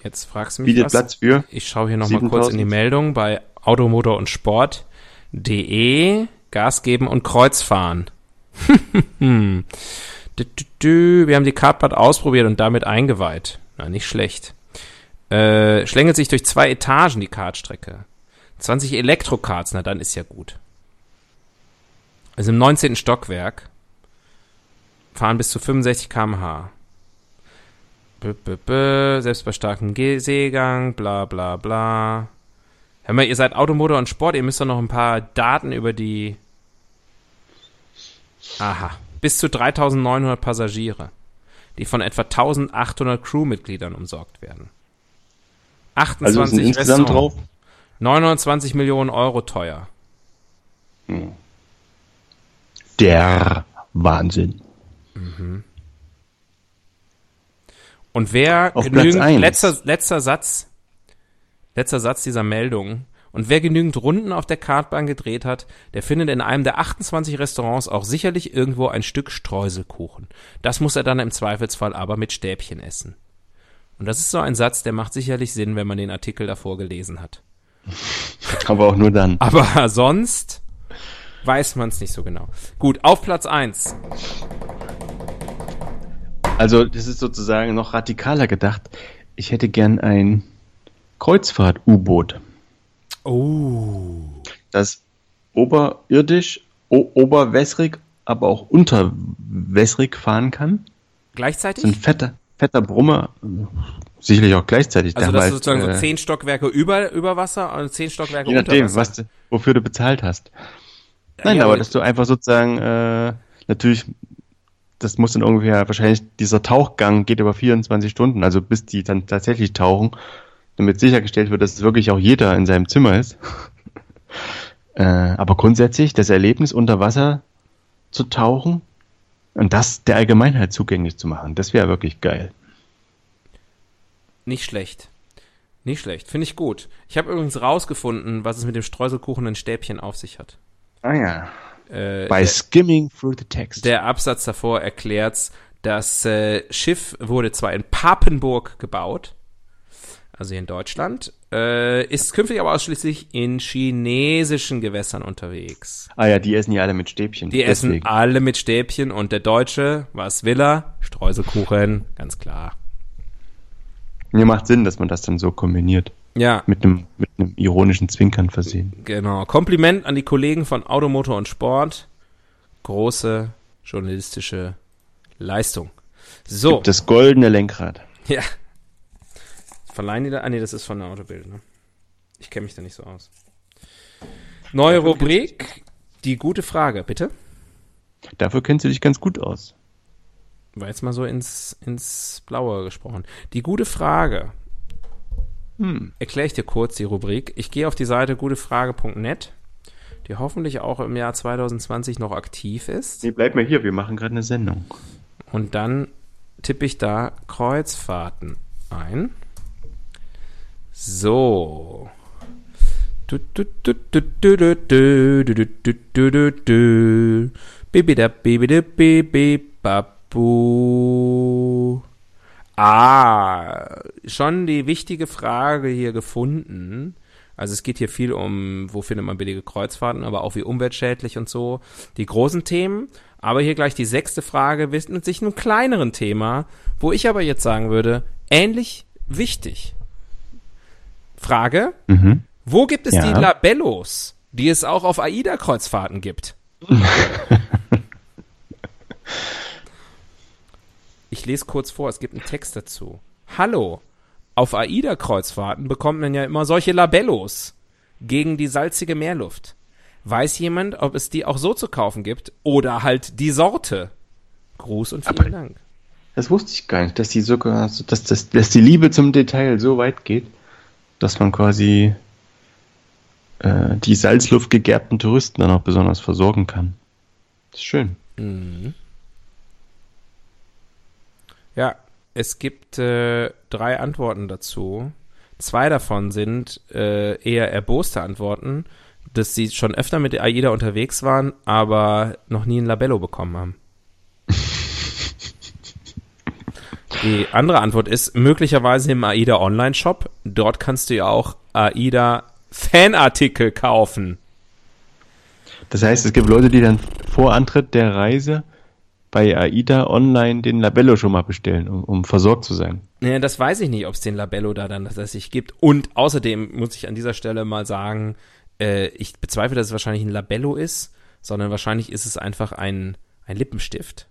Jetzt fragst du mich
bietet
was.
Platz für
Ich schaue hier nochmal kurz
7000.
in die Meldung bei Automotor und Sport.de. Gas geben und Kreuz fahren. Dü, dü, dü. Wir haben die Kartbahn ausprobiert und damit eingeweiht. Na, nicht schlecht. Äh, schlängelt sich durch zwei Etagen die Kartstrecke. 20 Elektrokarts, na dann ist ja gut. Also im 19. Stockwerk fahren bis zu 65 km/h. B -b -b, selbst bei starkem Ge Seegang, bla bla bla. Hör mal, ihr seid Automotor und Sport, ihr müsst doch noch ein paar Daten über die. Aha. Bis zu 3900 Passagiere, die von etwa 1800 Crewmitgliedern umsorgt werden.
Also sind
28
insgesamt
Restaurants,
drauf
29 Millionen Euro teuer.
der Wahnsinn.
Und wer
Auf
genügend,
Platz eins.
letzter, letzter Satz, letzter Satz dieser Meldung. Und wer genügend Runden auf der Kartbahn gedreht hat, der findet in einem der 28 Restaurants auch sicherlich irgendwo ein Stück Streuselkuchen. Das muss er dann im Zweifelsfall aber mit Stäbchen essen. Und das ist so ein Satz, der macht sicherlich Sinn, wenn man den Artikel davor gelesen hat.
Aber auch nur dann.
Aber sonst weiß man es nicht so genau. Gut, auf Platz eins.
Also das ist sozusagen noch radikaler gedacht. Ich hätte gern ein Kreuzfahrt-U-Boot,
Oh.
das oberirdisch, o- oberwässrig, aber auch unterwässrig fahren kann.
Gleichzeitig?
So ein fetter, fetter Brummer, sicherlich auch gleichzeitig.
Also das
damals,
ist sozusagen
äh,
so zehn Stockwerke über, über Wasser und zehn Stockwerke
Je
unter
nachdem,
Wasser.
was du, wofür du bezahlt hast. Nein,
ja,
aber
aber-
dass du einfach sozusagen, äh, natürlich, das muss dann ungefähr, wahrscheinlich dieser Tauchgang geht über 24 Stunden, also bis die dann tatsächlich tauchen, damit sichergestellt wird, dass wirklich auch jeder in seinem Zimmer ist. äh, aber grundsätzlich, das Erlebnis unter Wasser zu tauchen und das der Allgemeinheit zugänglich zu machen, das wäre wirklich geil.
Nicht schlecht. Nicht schlecht. Finde ich gut. Ich habe übrigens rausgefunden, was es mit dem Streuselkuchen in Stäbchen auf sich hat.
Ah ja.
Äh,
By skimming through the text.
der Absatz davor erklärt's. Das äh, Schiff wurde zwar in Papenburg gebaut, also hier in Deutschland, äh, ist künftig aber ausschließlich in chinesischen Gewässern unterwegs.
ah ja, die essen ja alle mit Stäbchen.
Die essen alle mit Stäbchen und der Deutsche, was will er? Streuselkuchen, ganz klar.
Mir macht Sinn, dass man das dann so kombiniert.
Ja,
Mit einem, mit einem ironischen Zwinkern versehen.
Genau. Kompliment an die Kollegen von Automotor und Sport. Große journalistische Leistung. So,
Das goldene Lenkrad.
ja. verleihen die da? Ah, nee, das ist von der Autobild, ne? Ich kenne mich da nicht so aus. Neue Rubrik, die gute Frage, bitte.
Dafür kennst du dich ganz gut aus.
War jetzt mal so ins, ins Blaue gesprochen. Die gute Frage.
Hm.
Erkläre ich dir kurz die Rubrik. Ich gehe auf die Seite gutefrage.net, die hoffentlich auch im Jahr 2020 noch aktiv ist.
Nee, bleib mal hier, wir machen gerade eine Sendung.
Und dann tippe ich da Kreuzfahrten ein. So. Du, du, du, du, du, du, du, du, du, du, du, du. Bibida, bibida, bibi, babu. Ah, schon die wichtige Frage hier gefunden. Also es geht hier viel um, wo findet man billige Kreuzfahrten, aber auch wie umweltschädlich und so. Die großen Themen. Aber hier gleich die sechste Frage widmet sich einem kleineren Thema, wo ich aber jetzt sagen würde, ähnlich wichtig. Frage,
Mhm.
wo gibt es
Ja.
die Labellos, die es auch auf AIDA-Kreuzfahrten gibt? ich lese kurz vor, es gibt einen Text dazu. Hallo, auf AIDA-Kreuzfahrten bekommt man ja immer solche Labellos gegen die salzige Meerluft. Weiß jemand, ob es die auch so zu kaufen gibt oder halt die Sorte? Gruß und vielen
Aber-
Dank.
Das wusste ich gar nicht, dass die sogar, dass, dass, dass die Liebe zum Detail so weit geht, dass man quasi äh, die salzluftgegerbten Touristen dann auch besonders versorgen kann. Das ist schön.
Ja, es gibt äh, drei Antworten dazu. Zwei davon sind äh, eher erboste Antworten, dass sie schon öfter mit der AIDA unterwegs waren, aber noch nie ein Labello bekommen haben. Die andere Antwort ist möglicherweise im AIDA Online-Shop. Dort kannst du ja auch AIDA Fanartikel kaufen.
Das heißt, es gibt Leute, die dann vor Antritt der Reise bei AIDA online den Labello schon mal bestellen, um, um versorgt zu sein.
Ja, das weiß ich nicht, ob es den Labello da dann tatsächlich gibt. Und außerdem muss ich an dieser Stelle mal sagen, äh, ich bezweifle, dass es wahrscheinlich ein Labello ist, sondern wahrscheinlich ist es einfach ein, ein Lippenstift.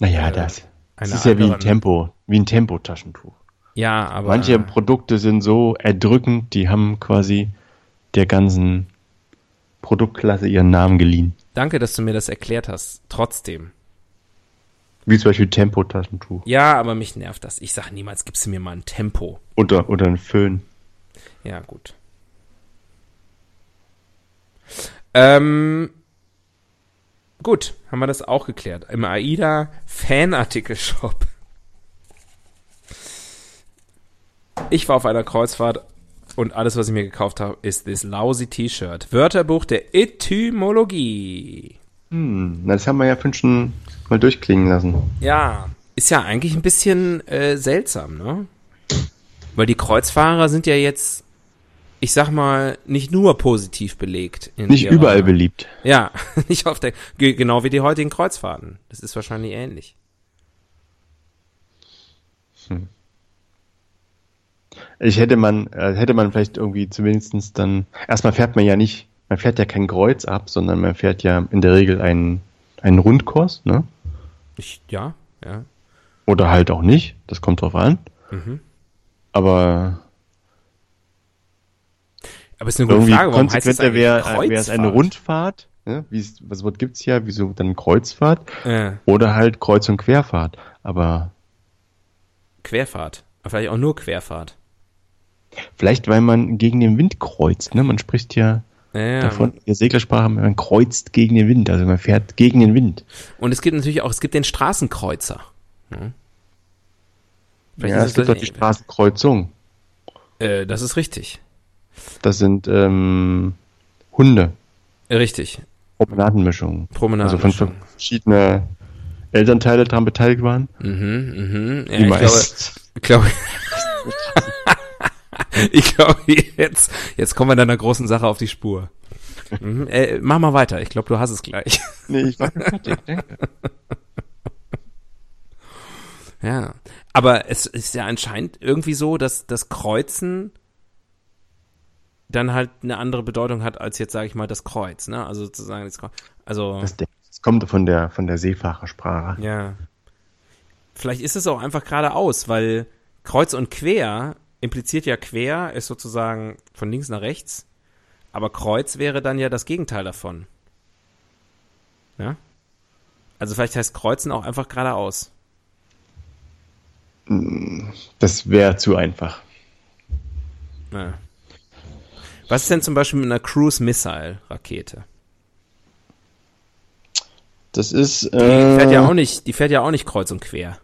Naja,
Äh,
das, das
einer
ist ja wie ein
anderen-
Tempo, wie ein Tempotaschentuch.
Ja, aber
Manche Produkte sind so erdrückend, die haben quasi der ganzen Produktklasse ihren Namen geliehen.
danke, dass du mir das erklärt hast. Trotzdem.
Wie zum Beispiel Tempotaschentuch
Ja, aber mich nervt das. Ich sag niemals, gibst du mir mal ein Tempo.
oder, oder ein Föhn.
Ja, gut. Ähm, gut, haben wir das auch geklärt. Im AIDA Fanartikel-Shop. Ich war auf einer Kreuzfahrt und alles, was ich mir gekauft habe, ist this lousy T-Shirt. Wörterbuch der Etymologie.
Hm, na, das haben wir ja vorhin schon mal durchklingen lassen.
Ja, ist ja eigentlich ein bisschen äh, seltsam, ne? Weil die Kreuzfahrer sind ja jetzt, ich sag mal, nicht nur positiv belegt. In
Nicht
ihrer-
überall beliebt.
Ja, nicht auf der, ge- genau wie die heutigen Kreuzfahrten. Das ist wahrscheinlich ähnlich.
Ich hätte man, äh, hätte man vielleicht irgendwie zumindestens dann, erstmal fährt man ja nicht, man fährt ja kein Kreuz ab, sondern man fährt ja in der Regel einen, einen Rundkurs, ne?
Ich, ja, ja.
Oder halt auch nicht, das kommt drauf an.
Mhm.
Aber
Aber es ist eine gute
irgendwie
Frage, warum heißt es
konsequenter
eigentlich
wäre wär es eine
Kreuzfahrt?
Rundfahrt, ne? Wie es- was Wort gibt's ja, wieso dann Kreuzfahrt
Äh,
oder halt Kreuz- und Querfahrt. Aber
Querfahrt. Aber Vielleicht auch nur Querfahrt.
Vielleicht, weil man gegen den Wind kreuzt. Ne? Man spricht ja,
Ja,
davon, in der Seglersprache, man kreuzt gegen den Wind. Also man fährt gegen den Wind.
Und es gibt natürlich auch, es gibt den Straßenkreuzer. Hm? Vielleicht
Ja,
ist
es gibt doch die Straßenkreuzung.
äh, das ist richtig.
Das sind ähm, Hunde,
Äh, Richtig.
Promenadenmischungen. Also von
Promenadenmischung.
verschiedene Elternteile daran beteiligt waren.
Mhm, mhm. Ja,
Die
ich glaube,
meist-
ich glaube, ich glaube jetzt, jetzt kommen wir deiner großen Sache auf die Spur. Mhm, äh, mach mal weiter. Ich glaube, du hast es gleich.
nee, ich war fertig. danke.
Ja. Aber es ist ja anscheinend irgendwie so, dass das Kreuzen dann halt eine andere Bedeutung hat als jetzt, sage ich mal, das Kreuz. Ne? Also sozusagen das Kreuz. Also
Das, das kommt von der, von der Seefahrersprache.
Ja. Vielleicht ist es auch einfach geradeaus, weil kreuz und quer impliziert ja quer ist sozusagen von links nach rechts, aber Kreuz wäre dann ja das Gegenteil davon. Ja? Also vielleicht heißt Kreuzen auch einfach geradeaus.
Das wäre zu einfach.
Naja. Was ist denn zum Beispiel mit einer Cruise Missile Rakete?
Das ist. äh,
Die fährt ja auch nicht, die fährt ja auch nicht kreuz und quer.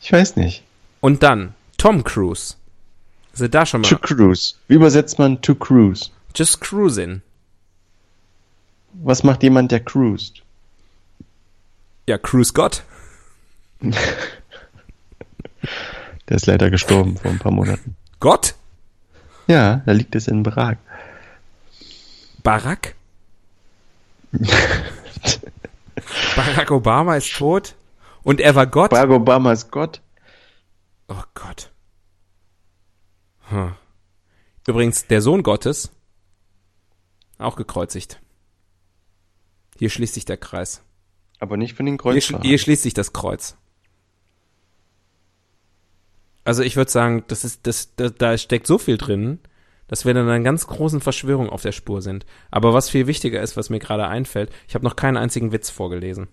Ich weiß nicht.
Und dann Tom Cruise. Sind da schon mal
To cruise. Wie übersetzt man to cruise?
just cruising.
Was macht jemand, der cruist?
Ja, Cruise Gott.
Der ist leider gestorben vor ein paar Monaten.
Gott?
Ja, da liegt es in Prag.
Barack? Barack Obama ist tot und er war Gott?
Barack Obama ist Gott.
Oh Gott. Hm. Übrigens, der Sohn Gottes, auch gekreuzigt. Hier schließt sich der Kreis.
Aber nicht von den
Hier, schl-
Kreuzfahrern.
hier schließt sich das Kreuz. Also ich würde sagen, das ist, das, da, da steckt so viel drin, dass wir dann einer ganz großen Verschwörung auf der Spur sind. Aber was viel wichtiger ist, was mir gerade einfällt, ich habe noch keinen einzigen Witz vorgelesen.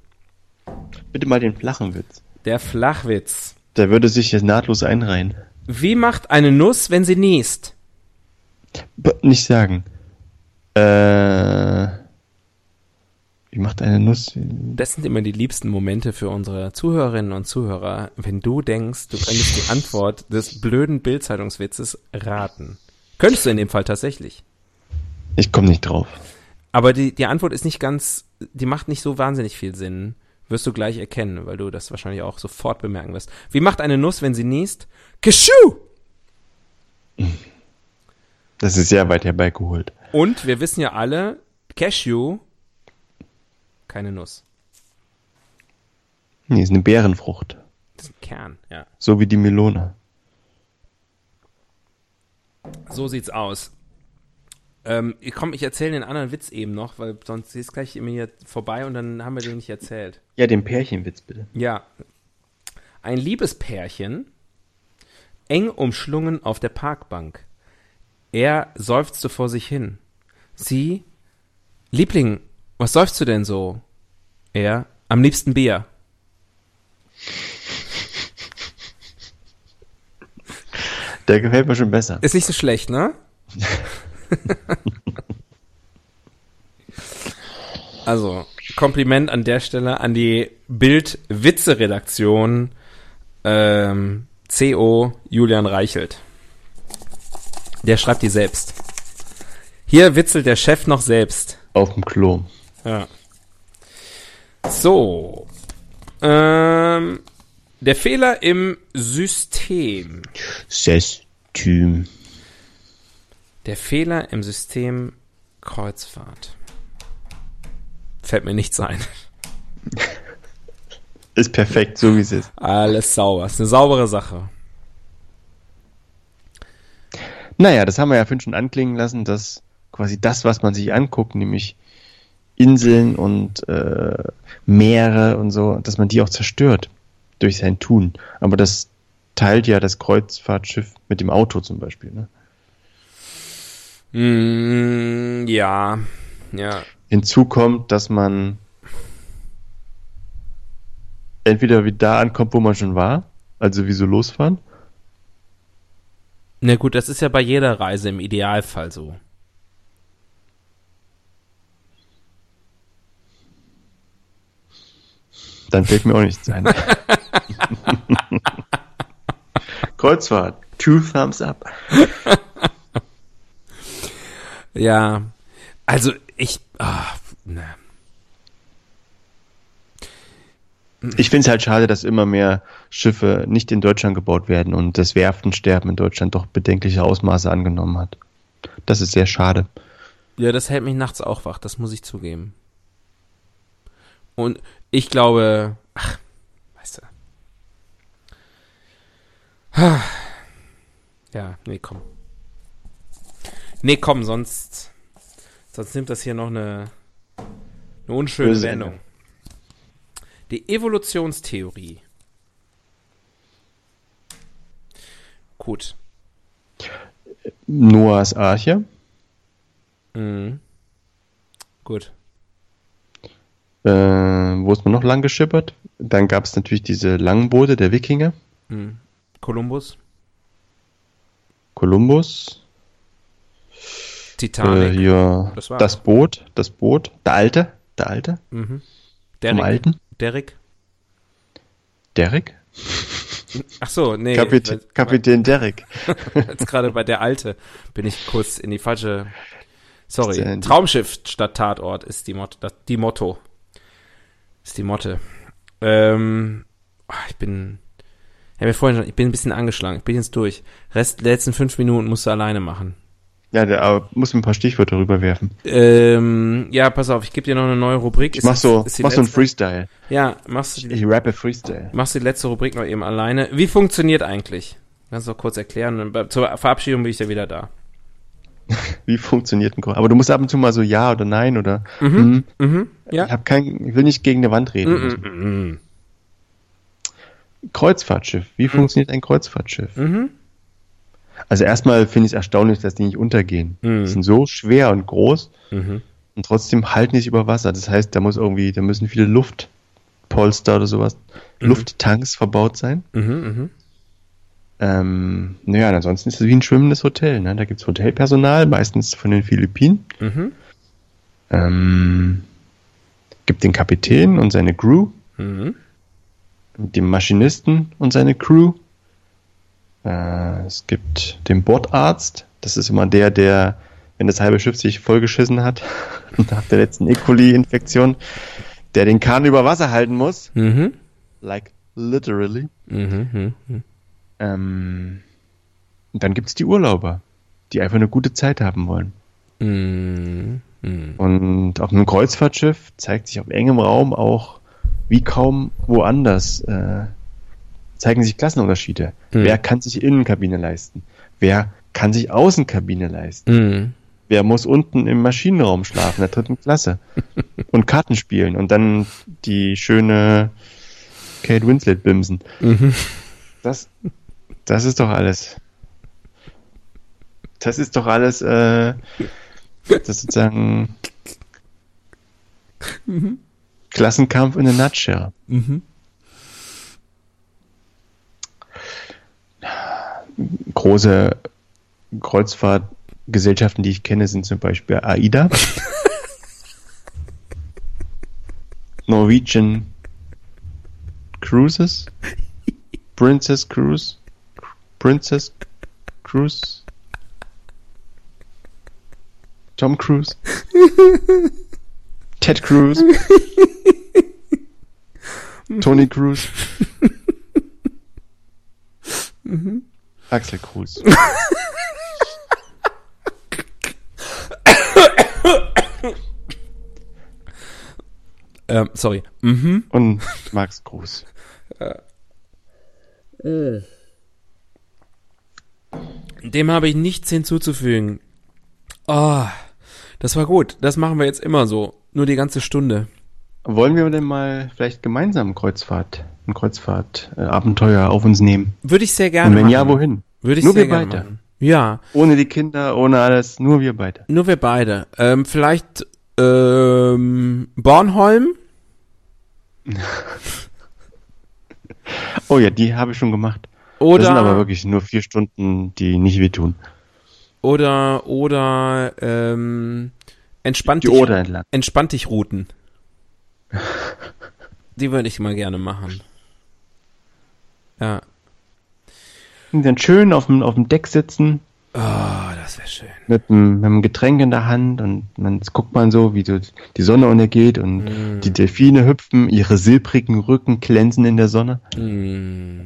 Bitte mal den flachen Witz.
Der Flachwitz.
Der würde sich jetzt nahtlos einreihen.
Wie macht eine Nuss, wenn sie niest?
B nicht sagen. Äh. Wie macht eine Nuss?
Das sind immer die liebsten Momente für unsere Zuhörerinnen und Zuhörer, wenn du denkst, du könntest die Antwort des blöden Bildzeitungswitzes raten. Könntest du in dem Fall tatsächlich.
Ich komme nicht drauf.
Aber die, die Antwort ist nicht ganz, die macht nicht so wahnsinnig viel Sinn. Wirst du gleich erkennen, weil du das wahrscheinlich auch sofort bemerken wirst. Wie macht eine Nuss, wenn sie niest? Geschu!
Das ist sehr weit herbeigeholt.
Und wir wissen ja alle, Cashew, keine Nuss.
Nee, ist eine Bärenfrucht.
Das ist ein Kern, ja.
So wie die Melone.
So sieht's aus. Ähm, ich- komm, ich erzähle den anderen Witz eben noch, weil sonst ist gleich immer hier vorbei und dann haben wir den nicht erzählt.
Ja, den Pärchenwitz bitte.
Ja. Ein Liebespärchen, eng umschlungen auf der Parkbank. Er seufzte vor sich hin. Sie, Liebling, was seufzt du denn so? Er, am liebsten Bier.
Der gefällt mir schon besser.
Ist nicht so schlecht, ne? also, Kompliment an der Stelle an die Bild-Witze-Redaktion ähm, CO Julian Reichelt. Der schreibt die selbst. Hier witzelt der Chef noch selbst.
Auf dem Klo.
Ja. So. Ähm, der Fehler im System.
Sestüm.
Der Fehler im System Kreuzfahrt. Fällt mir nichts ein.
Ist perfekt, so wie es ist.
Alles sauber. Ist eine saubere Sache.
Naja, das haben wir ja vorhin schon anklingen lassen, dass quasi das, was man sich anguckt, nämlich Inseln und äh, Meere und so, dass man die auch zerstört durch sein Tun. Aber das teilt ja das Kreuzfahrtschiff mit dem Auto zum Beispiel. Ne?
Mm, ja. Ja.
Hinzu kommt, dass man entweder wieder da ankommt, wo man schon war, also wieso losfahren,
Na gut, das ist ja bei jeder Reise im Idealfall so.
Dann fällt mir auch nichts ein. Kreuzfahrt. Two thumbs up.
Ja. Also, ich. Ah, na.
Ich finde es halt schade, dass immer mehr Schiffe nicht in Deutschland gebaut werden und das Werftensterben in Deutschland doch bedenkliche Ausmaße angenommen hat. Das ist sehr schade.
Ja, das hält mich nachts auch wach, das muss ich zugeben. Und ich glaube, ach, weißt du. Ah. Ja, nee, komm. Nee, komm, sonst sonst nimmt das hier noch eine eine unschöne
Böse
Sendung.
Ende.
Die Evolutionstheorie. Gut.
Noahs Arche.
Mhm. Gut.
Äh, wo ist man noch lang geschippert? Dann gab es natürlich diese Langboote der Wikinger.
Mhm. Kolumbus.
Kolumbus. Äh,
Titanic.
hier.
Das
Das,
war's.
Boot. Das Boot. Der Alte. Der Alte.
mhm.
Vom
Derrick.
Alten.
Derrick.
Derek.
Ach so, nee.
Kapit
ich weiß-
Kapitän Derek.
Jetzt gerade bei der Alte bin ich kurz in die falsche.
Ist der
Sorry.
in die-
Traumschiff statt Tatort ist die, Mot das, die Motto. Ist die Motte. Ähm, ah, ich bin. Ich hab mir vorhin schon, ich bin ein bisschen angeschlagen. Ich bin jetzt durch. Rest letzten fünf Minuten musst du alleine machen.
Ja, der aber muss mir ein paar Stichwörter rüberwerfen.
Ähm, ja, pass auf, ich gebe dir noch eine neue Rubrik.
Ich mach so,
ist die
mach so ein
letzte-
Freestyle.
Ja, machst du die,
Ich rappe Freestyle.
machst du die letzte Rubrik noch eben alleine. Wie funktioniert eigentlich? Kannst du noch kurz erklären. und bei- Zur Verabschiedung bin ich ja wieder da.
Wie funktioniert ein Chor? Aber du musst ab und zu mal so ja oder nein oder. hm.
Mhm.
Ich,
Ja.
hab kein, ich will nicht gegen eine Wand reden.
Mhm, mhm.
Kreuzfahrtschiff. Wie funktioniert ein Kreuzfahrtschiff?
Mhm.
Also erstmal finde ich es erstaunlich, dass die nicht untergehen.
Mhm.
Die sind so schwer und groß
Mhm.
und trotzdem halten die sich über Wasser. Das heißt, da muss irgendwie, da müssen viele Luftpolster oder sowas, Lufttanks verbaut sein.
Mhm,
Ähm, naja, und ansonsten ist es wie ein schwimmendes Hotel. Ne? Da gibt es Hotelpersonal, meistens von den Philippinen.
mhm, mhm.
Ähm, gibt den Kapitän und seine Crew,
Mhm.
den Maschinisten und seine Crew. Äh, es gibt den Bordarzt. Das ist immer der, der, wenn das halbe Schiff sich vollgeschissen hat, nach der letzten E. coli-Infektion, der den Kahn über Wasser halten muss.
Mhm.
Like literally.
Mhm. Mhm.
Ähm, und dann gibt es die Urlauber, die einfach eine gute Zeit haben wollen.
Mhm. Mhm.
Und auf einem Kreuzfahrtschiff zeigt sich auf engem Raum auch wie kaum woanders äh, zeigen sich Klassenunterschiede.
Mhm.
Wer kann sich Innenkabine leisten? Wer kann sich Außenkabine leisten?
Mhm.
Wer muss unten im Maschinenraum schlafen, der dritten Klasse? und Karten spielen und dann die schöne Kate Winslet bimsen.
Mhm.
Das, das ist doch alles. Das ist doch alles, äh, das sozusagen Klassenkampf in a nutshell.
Mhm.
Große Kreuzfahrtgesellschaften, die ich kenne, sind zum Beispiel AIDA, Norwegian Cruises, Princess Cruise, Princess Cruise, Tom Cruise, Ted Cruz, Tony Cruz, Axel Cruz.
Ähm, sorry. Mhm.
und Max Gruß.
Dem habe ich nichts hinzuzufügen. Ah, das war gut. Das machen wir jetzt immer so. Nur die ganze Stunde.
Wollen wir denn mal vielleicht gemeinsam Kreuzfahrt, ein Kreuzfahrt-Abenteuer auf uns nehmen?
Würde ich sehr gerne
Und wenn ja,
machen.
wohin?
Würde ich
Nur
sehr
wir
gerne
beide.
machen. Ja,
Ohne die Kinder, ohne alles, nur wir beide.
nur wir beide. Ähm, vielleicht ähm, Bornholm?
Oh ja, die habe ich schon gemacht.
Oder,
das sind aber wirklich nur vier Stunden, die nicht wehtun.
oder, oder, ähm, entspannt
Die
dich-
Oder entlang.
entspannt dich Routen. Die würde ich mal gerne machen. Ja.
Und dann schön auf dem, auf dem Deck sitzen,
Oh, das wäre schön.
mit einem, mit einem Getränk in der Hand und dann guckt man so, wie so die Sonne untergeht und die Delfine hüpfen, ihre silbrigen Rücken glänzen in der Sonne.
Mm.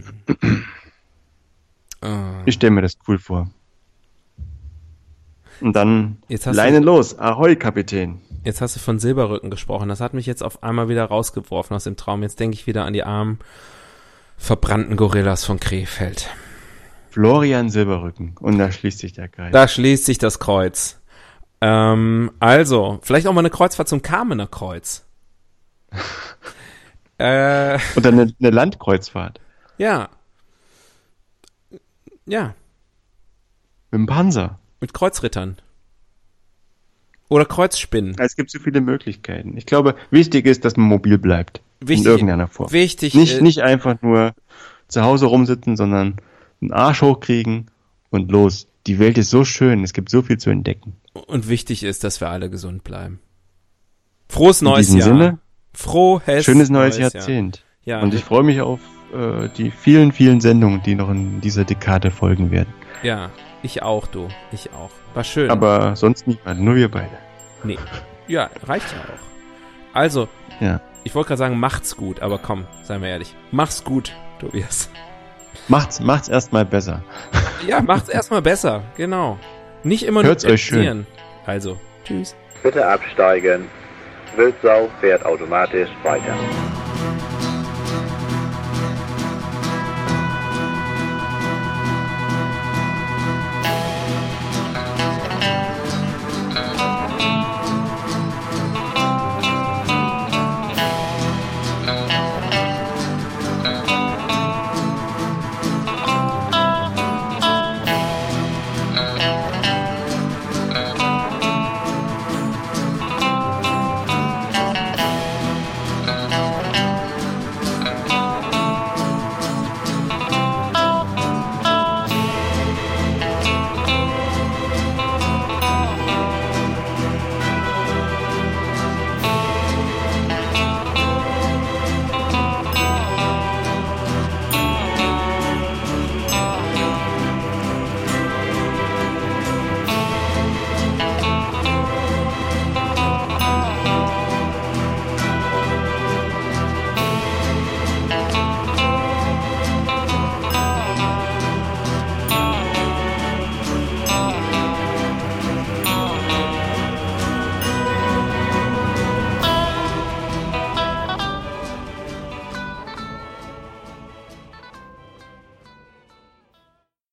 Ah.
Ich stelle mir das cool vor. Und dann
Jetzt hast
Leinen los. Ahoi, Kapitän.
Jetzt hast du von Silberrücken gesprochen. Das hat mich jetzt auf einmal wieder rausgeworfen aus dem Traum. Jetzt denke ich wieder an die armen, verbrannten Gorillas von Krefeld.
Florian Silberrücken. Und da schließt sich der Kreis.
Da schließt sich das Kreuz. Ähm, also, vielleicht auch mal eine Kreuzfahrt zum Kamener Kreuz. Äh,
Und dann eine, eine Landkreuzfahrt.
ja. Ja,
Mit dem Panzer.
mit Kreuzrittern. Oder Kreuzspinnen.
Also Es gibt so viele Möglichkeiten. Ich glaube, wichtig ist, dass man mobil bleibt.
Wichtig-
in irgendeiner Form.
wichtig,
Nicht,
äh,
nicht einfach nur zu Hause rumsitzen, sondern einen Arsch hochkriegen und los. Die Welt ist so schön, es gibt so viel zu entdecken.
Und wichtig ist, dass wir alle gesund bleiben. Frohes neues
diesem
Jahr.
Sinne,
Frohes
Schönes neues Jahrzehnt.
Jahr. Ja, ne?
Und ich freue mich auf äh, die vielen, vielen Sendungen, die noch in dieser Dekade folgen werden.
ja, ich auch, du. Ich auch. War schön.
Aber sonst niemand, nur wir beide.
nee. Ja, reicht ja auch. Also,
Ja.
ich wollte gerade sagen, macht's gut, aber komm, seien wir ehrlich. Mach's gut, Tobias.
Macht's, macht's erstmal besser.
Ja, macht's erstmal besser, genau. Nicht immer
Hört's euch schön.
kritisieren. Also, tschüss.
Bitte absteigen. Wildsau fährt automatisch weiter.